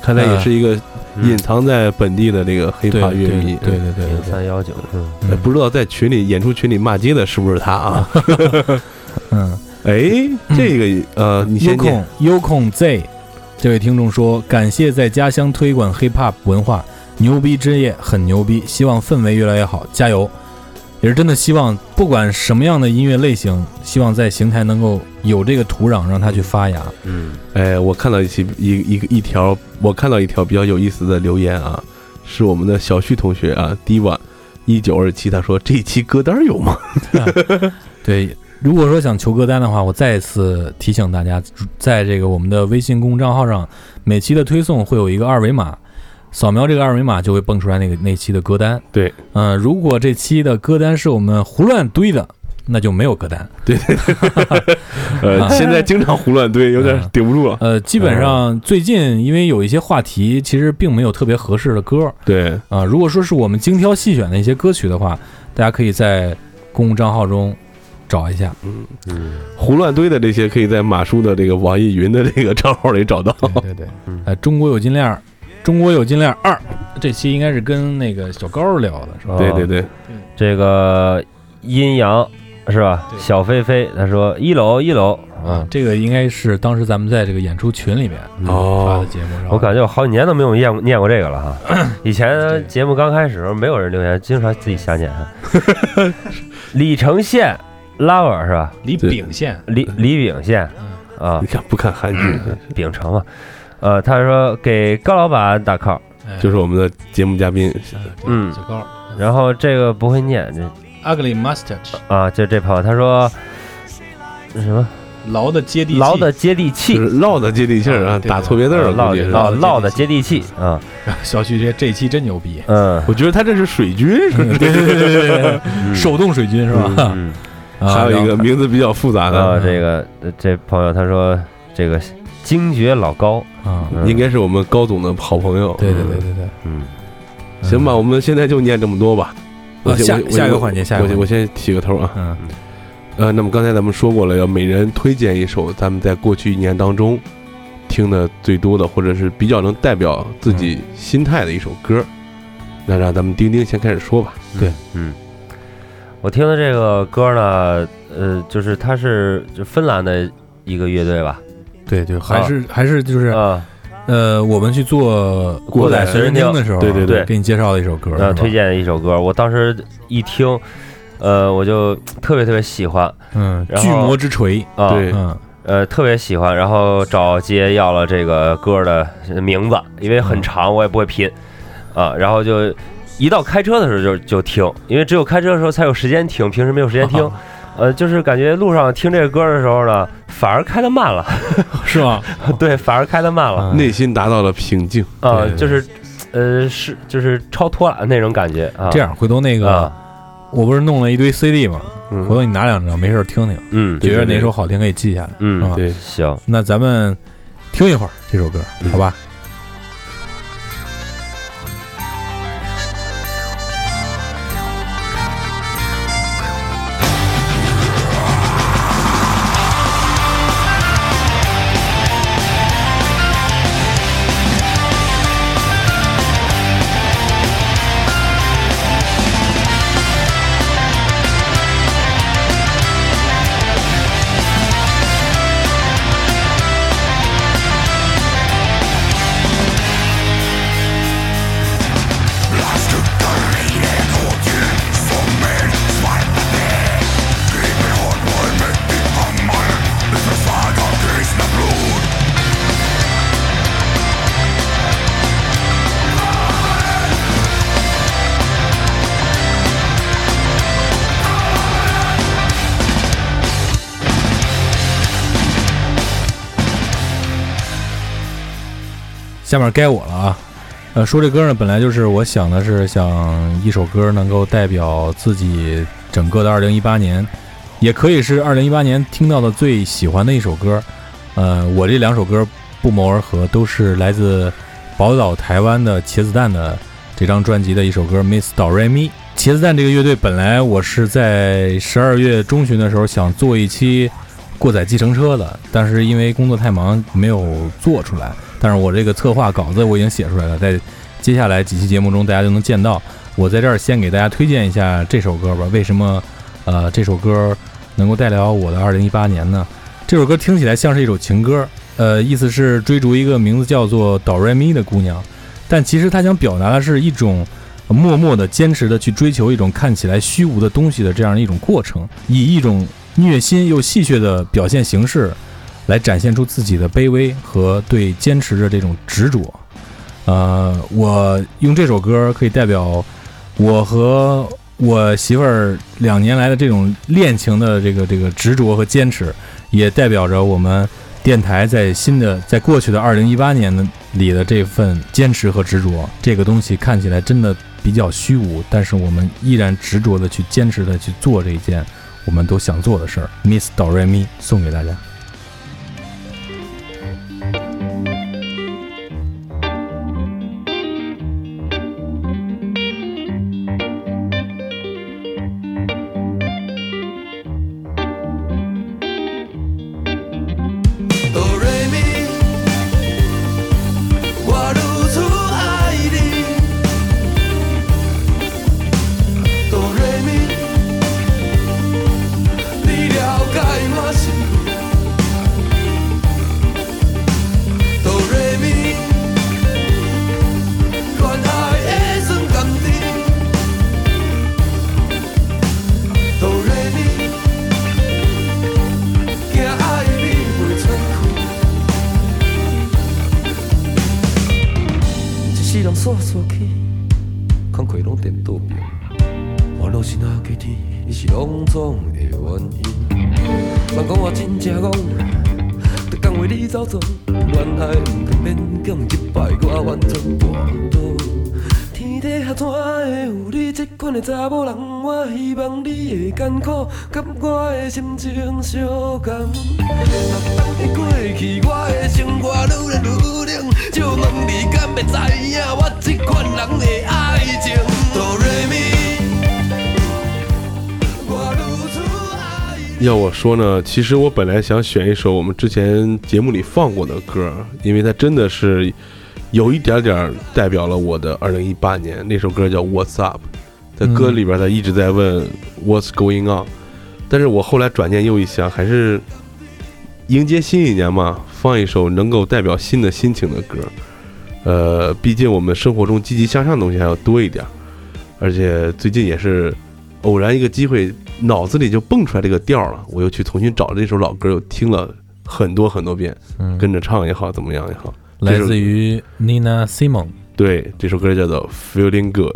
Speaker 2: 看来也是一个隐
Speaker 4: 嗯
Speaker 2: 藏在本地的这个黑
Speaker 3: 对
Speaker 2: 怕
Speaker 3: 对
Speaker 2: 乐迷
Speaker 3: 对。对对对
Speaker 4: 零
Speaker 3: 对
Speaker 4: 三幺九，嗯，
Speaker 3: 嗯
Speaker 2: 哎不知道在群里演出群里骂街的是不是他 啊？
Speaker 3: 嗯。
Speaker 2: 哎，这个呃，你
Speaker 3: 优
Speaker 2: 先
Speaker 3: 控
Speaker 2: 念。
Speaker 3: 优控 Z 这位听众说：“感谢在家乡推广 hiphop 文化，牛逼之夜很牛逼，希望氛围越来越好，加油！也是真的希望，不管什么样的音乐类型，希望在邢台能够有这个土壤让它去发芽。
Speaker 4: 嗯，
Speaker 2: 哎，我看到一期一一个一条，我看到一条比较有意思的留言啊，是我们的小旭同学啊，Diva 一九二七，他说这一期歌单 有吗？
Speaker 3: 对，如果说想求歌单的话，我再次提醒大家，在这个我们的微信公众账号上，每期的推送会有一个二维码，扫描这个二维码就会蹦出来那个那期的歌单。
Speaker 2: 对，
Speaker 3: 呃，如果这期的歌单是我们胡乱堆的，那就没有歌单。
Speaker 2: 呃，现在经常胡乱堆，有点
Speaker 3: 嗯
Speaker 2: 顶不 住了。啊
Speaker 3: 呃，基本上最近因为有一些话题，其实并没有特别合适的歌
Speaker 2: 对，
Speaker 3: 啊、如果说是我们精挑细选的一些歌曲的话，大家可以在公共账号中找一下。
Speaker 2: 胡乱堆的这些可以在马叔的这个网易云的这个账号 里找到。
Speaker 3: 对对对，呃，中国有金链儿，中国有金链儿二，这期应该是跟那个小高聊的是吧？
Speaker 2: 对对对，
Speaker 4: 这个阴阳是吧
Speaker 3: 对？嗯
Speaker 4: 小飞飞他说一楼一楼啊，
Speaker 3: 这个应该是当时咱们在这个演出群里面嗯发的
Speaker 2: 哦，
Speaker 3: 节目上。
Speaker 4: 我感觉我好几年都没有念过念过这个了哈。以前节目刚开始的时候没有人留言，经常自己瞎念。 李承宪拉尔是吧？
Speaker 3: 李
Speaker 2: 秉
Speaker 3: 宪
Speaker 4: 李李秉宪啊
Speaker 2: 你，看不看韩剧，
Speaker 3: 嗯
Speaker 4: 秉承嘛。呃，他说给高老板打 call，
Speaker 2: 就是我们的节目嘉宾，
Speaker 4: 嗯
Speaker 3: 哎小高
Speaker 4: 然后这个不会念这
Speaker 3: ，Ugly Mustache，
Speaker 4: 啊，就这朋友他说那什么
Speaker 3: 牢的接地气，
Speaker 4: 唠的接地气
Speaker 2: 就是唠的接地气儿啊，
Speaker 3: 啊对对
Speaker 2: 打错别字儿了，
Speaker 4: 唠
Speaker 2: 估计
Speaker 4: 的
Speaker 2: 是。
Speaker 4: 唠唠
Speaker 3: 的
Speaker 4: 的接
Speaker 3: 接
Speaker 4: 地气啊，
Speaker 3: 小旭这这一期真牛 逼，
Speaker 4: 嗯
Speaker 2: 我觉得他这是水军，是不
Speaker 3: 对对对
Speaker 2: 是？
Speaker 3: 对对
Speaker 4: 嗯
Speaker 3: 对， 手动水军是吧？
Speaker 4: 嗯
Speaker 3: 啊
Speaker 2: 还有一
Speaker 3: 然
Speaker 2: 个
Speaker 3: 后
Speaker 2: 名字比较复杂的，
Speaker 4: 啊，这个呃这朋友他说这个惊觉老高，
Speaker 3: 啊，
Speaker 4: 嗯
Speaker 2: 应该是我们高总的好朋友。
Speaker 3: 对对对对对，
Speaker 4: 嗯，
Speaker 2: 行吧，我们现在就念这么多吧。
Speaker 3: 嗯
Speaker 2: 我
Speaker 3: 啊
Speaker 2: 先
Speaker 3: 下
Speaker 2: 我我
Speaker 3: 下一个环节下一个
Speaker 2: 我先我
Speaker 3: 环
Speaker 2: 先起个头啊。
Speaker 3: 嗯，
Speaker 2: 呃，那么刚才咱们说过了，要每人推荐一首咱们在过去一年当中听的最多的，或者是比较能代表自己
Speaker 3: 嗯
Speaker 2: 心态的一首歌。那让咱们丁丁先开始说吧。
Speaker 4: 我听的这个歌呢，呃，就是他是就芬兰的一个乐队吧，
Speaker 3: 对对，还是还是就是
Speaker 4: 啊，
Speaker 3: 呃，我们去做
Speaker 4: 过载
Speaker 3: 载
Speaker 4: 随
Speaker 3: 随
Speaker 4: 身
Speaker 3: 身
Speaker 4: 听
Speaker 3: 听的时候，
Speaker 2: 对对
Speaker 4: 对
Speaker 3: 给你介绍的一首歌，是吧
Speaker 4: 呃，推，荐的一首歌，我当时一听，呃，我就特别特别喜欢
Speaker 3: 嗯，
Speaker 4: 然后
Speaker 3: 巨魔之锤，
Speaker 4: 啊，
Speaker 2: 对
Speaker 3: 嗯，
Speaker 4: 呃，特别喜欢，然后找街要了这个歌的名字，因为很长，我也不会拼啊，然后就一到开车的时候就就听，因为只有开车的时候才有时间听，平时没有时间
Speaker 3: 啊
Speaker 4: 听。呃，就是感觉路上听这个歌的时候呢，反而开的慢 了，
Speaker 3: 是 吗？
Speaker 4: 对，反而开的慢了
Speaker 3: 嗯
Speaker 2: 内心达到了平静。
Speaker 4: 啊
Speaker 3: 对，对
Speaker 4: 就是，呃，是就是超脱了那种感觉啊。
Speaker 3: 这样，回头那个
Speaker 4: 啊，
Speaker 3: 我不是弄了一堆 CD 吗？
Speaker 2: 嗯
Speaker 3: 回头你拿两张，没事儿听听，
Speaker 4: 嗯
Speaker 2: 对
Speaker 3: 觉得
Speaker 2: 对
Speaker 3: 哪首好听可以记下来。是
Speaker 4: 嗯
Speaker 3: 吧，
Speaker 2: 对，
Speaker 4: 行，
Speaker 3: 那咱们听一会儿这首歌，
Speaker 2: 嗯
Speaker 3: 好吧？下面该我了啊。呃，说这歌呢，本来就是我想的是想一首歌能够代表自己整个的2018年，也可以是2018年听到的最喜欢的一首歌。呃，我这两首歌不谋而合，都是来自宝岛台湾的茄子蛋的这张专辑的一首歌《Miss Do Re Mi》。茄子蛋这个乐队本来我是在十二月中旬的时候想做一期过载计程车的，但是因为工作太忙没有做出来。但是我这个策划稿子我已经写出来了，在接下来几期节目中大家就能见到。我在这儿先给大家推荐一下这首歌吧。为什么呃这首歌能够代表我的2018年呢？这首歌听起来像是一首情歌，呃，意思是追逐一个名字叫做哆瑞咪的姑娘，但其实她想表达的是一种。呃默默的、坚持的去追求一种看起来虚无的东西的这样一种过程，以一种虐心又戏谑的表现形式，来展现出自己的卑微和对坚持的这种执着。呃，我用这首歌可以代表我和我媳妇儿两年来的这种恋情的这个这个执着和坚持，也代表着我们电台在新的在过去的二零一八年的里的这份坚持和执着。这个东西看起来真的比较虚无，但是我们依然执着的去坚持的去做这一件我们都想做的事儿。Miss 哆瑞咪送给大家。
Speaker 5: 哆来咪，我如此爱你。哆来咪，你了解我心。哆来咪，恋爱的酸甘甜。哆来咪。惊爱你袂出去，一世人煞煞去，工课拢颠倒平，烦恼是哪个天，你是拢总的原因。人讲我真正戆，逐天为你走船，恋爱毋通勉强，一摆我完全跋倒。天底下怎会有你这款的查某人？我希望你会艰苦，甲我的心情相共。若当你过去，我的生活愈来愈冷，借问你敢会知影我这款人的爱情？哆来咪，我如此爱你。
Speaker 2: 要我说呢，其实我本来想选一首我们之前节目里放过的歌，因为它真的是有一点点儿代表了我的2018年。那首歌叫《What's Up》，在歌里边儿他一直在问 What's going on，但是我后来转念又一想，还是迎接新一年嘛，放一首能够代表新的心情的歌。呃，毕竟我们生活中积极向上的东西还要多一点儿，而且最近也是偶然一个机会，脑子里就蹦出来这个调儿了，我又去重新找这首老歌，又听了很多很多遍，
Speaker 3: 嗯，
Speaker 2: 跟着唱也好，怎么样也好。
Speaker 3: 来自于 Nina Simone，
Speaker 2: 对，这首歌叫做《Feeling Good》，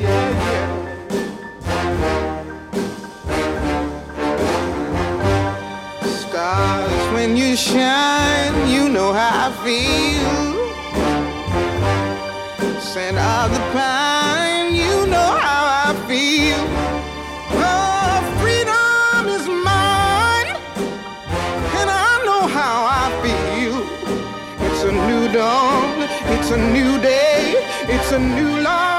Speaker 6: Yeah, yeah. stars when you shine, you know how I feel. Scent of the pine, you know how I feel. Oh, freedom is mine, and I know how I feel. It's a new dawn, it's a new day, it's a new life.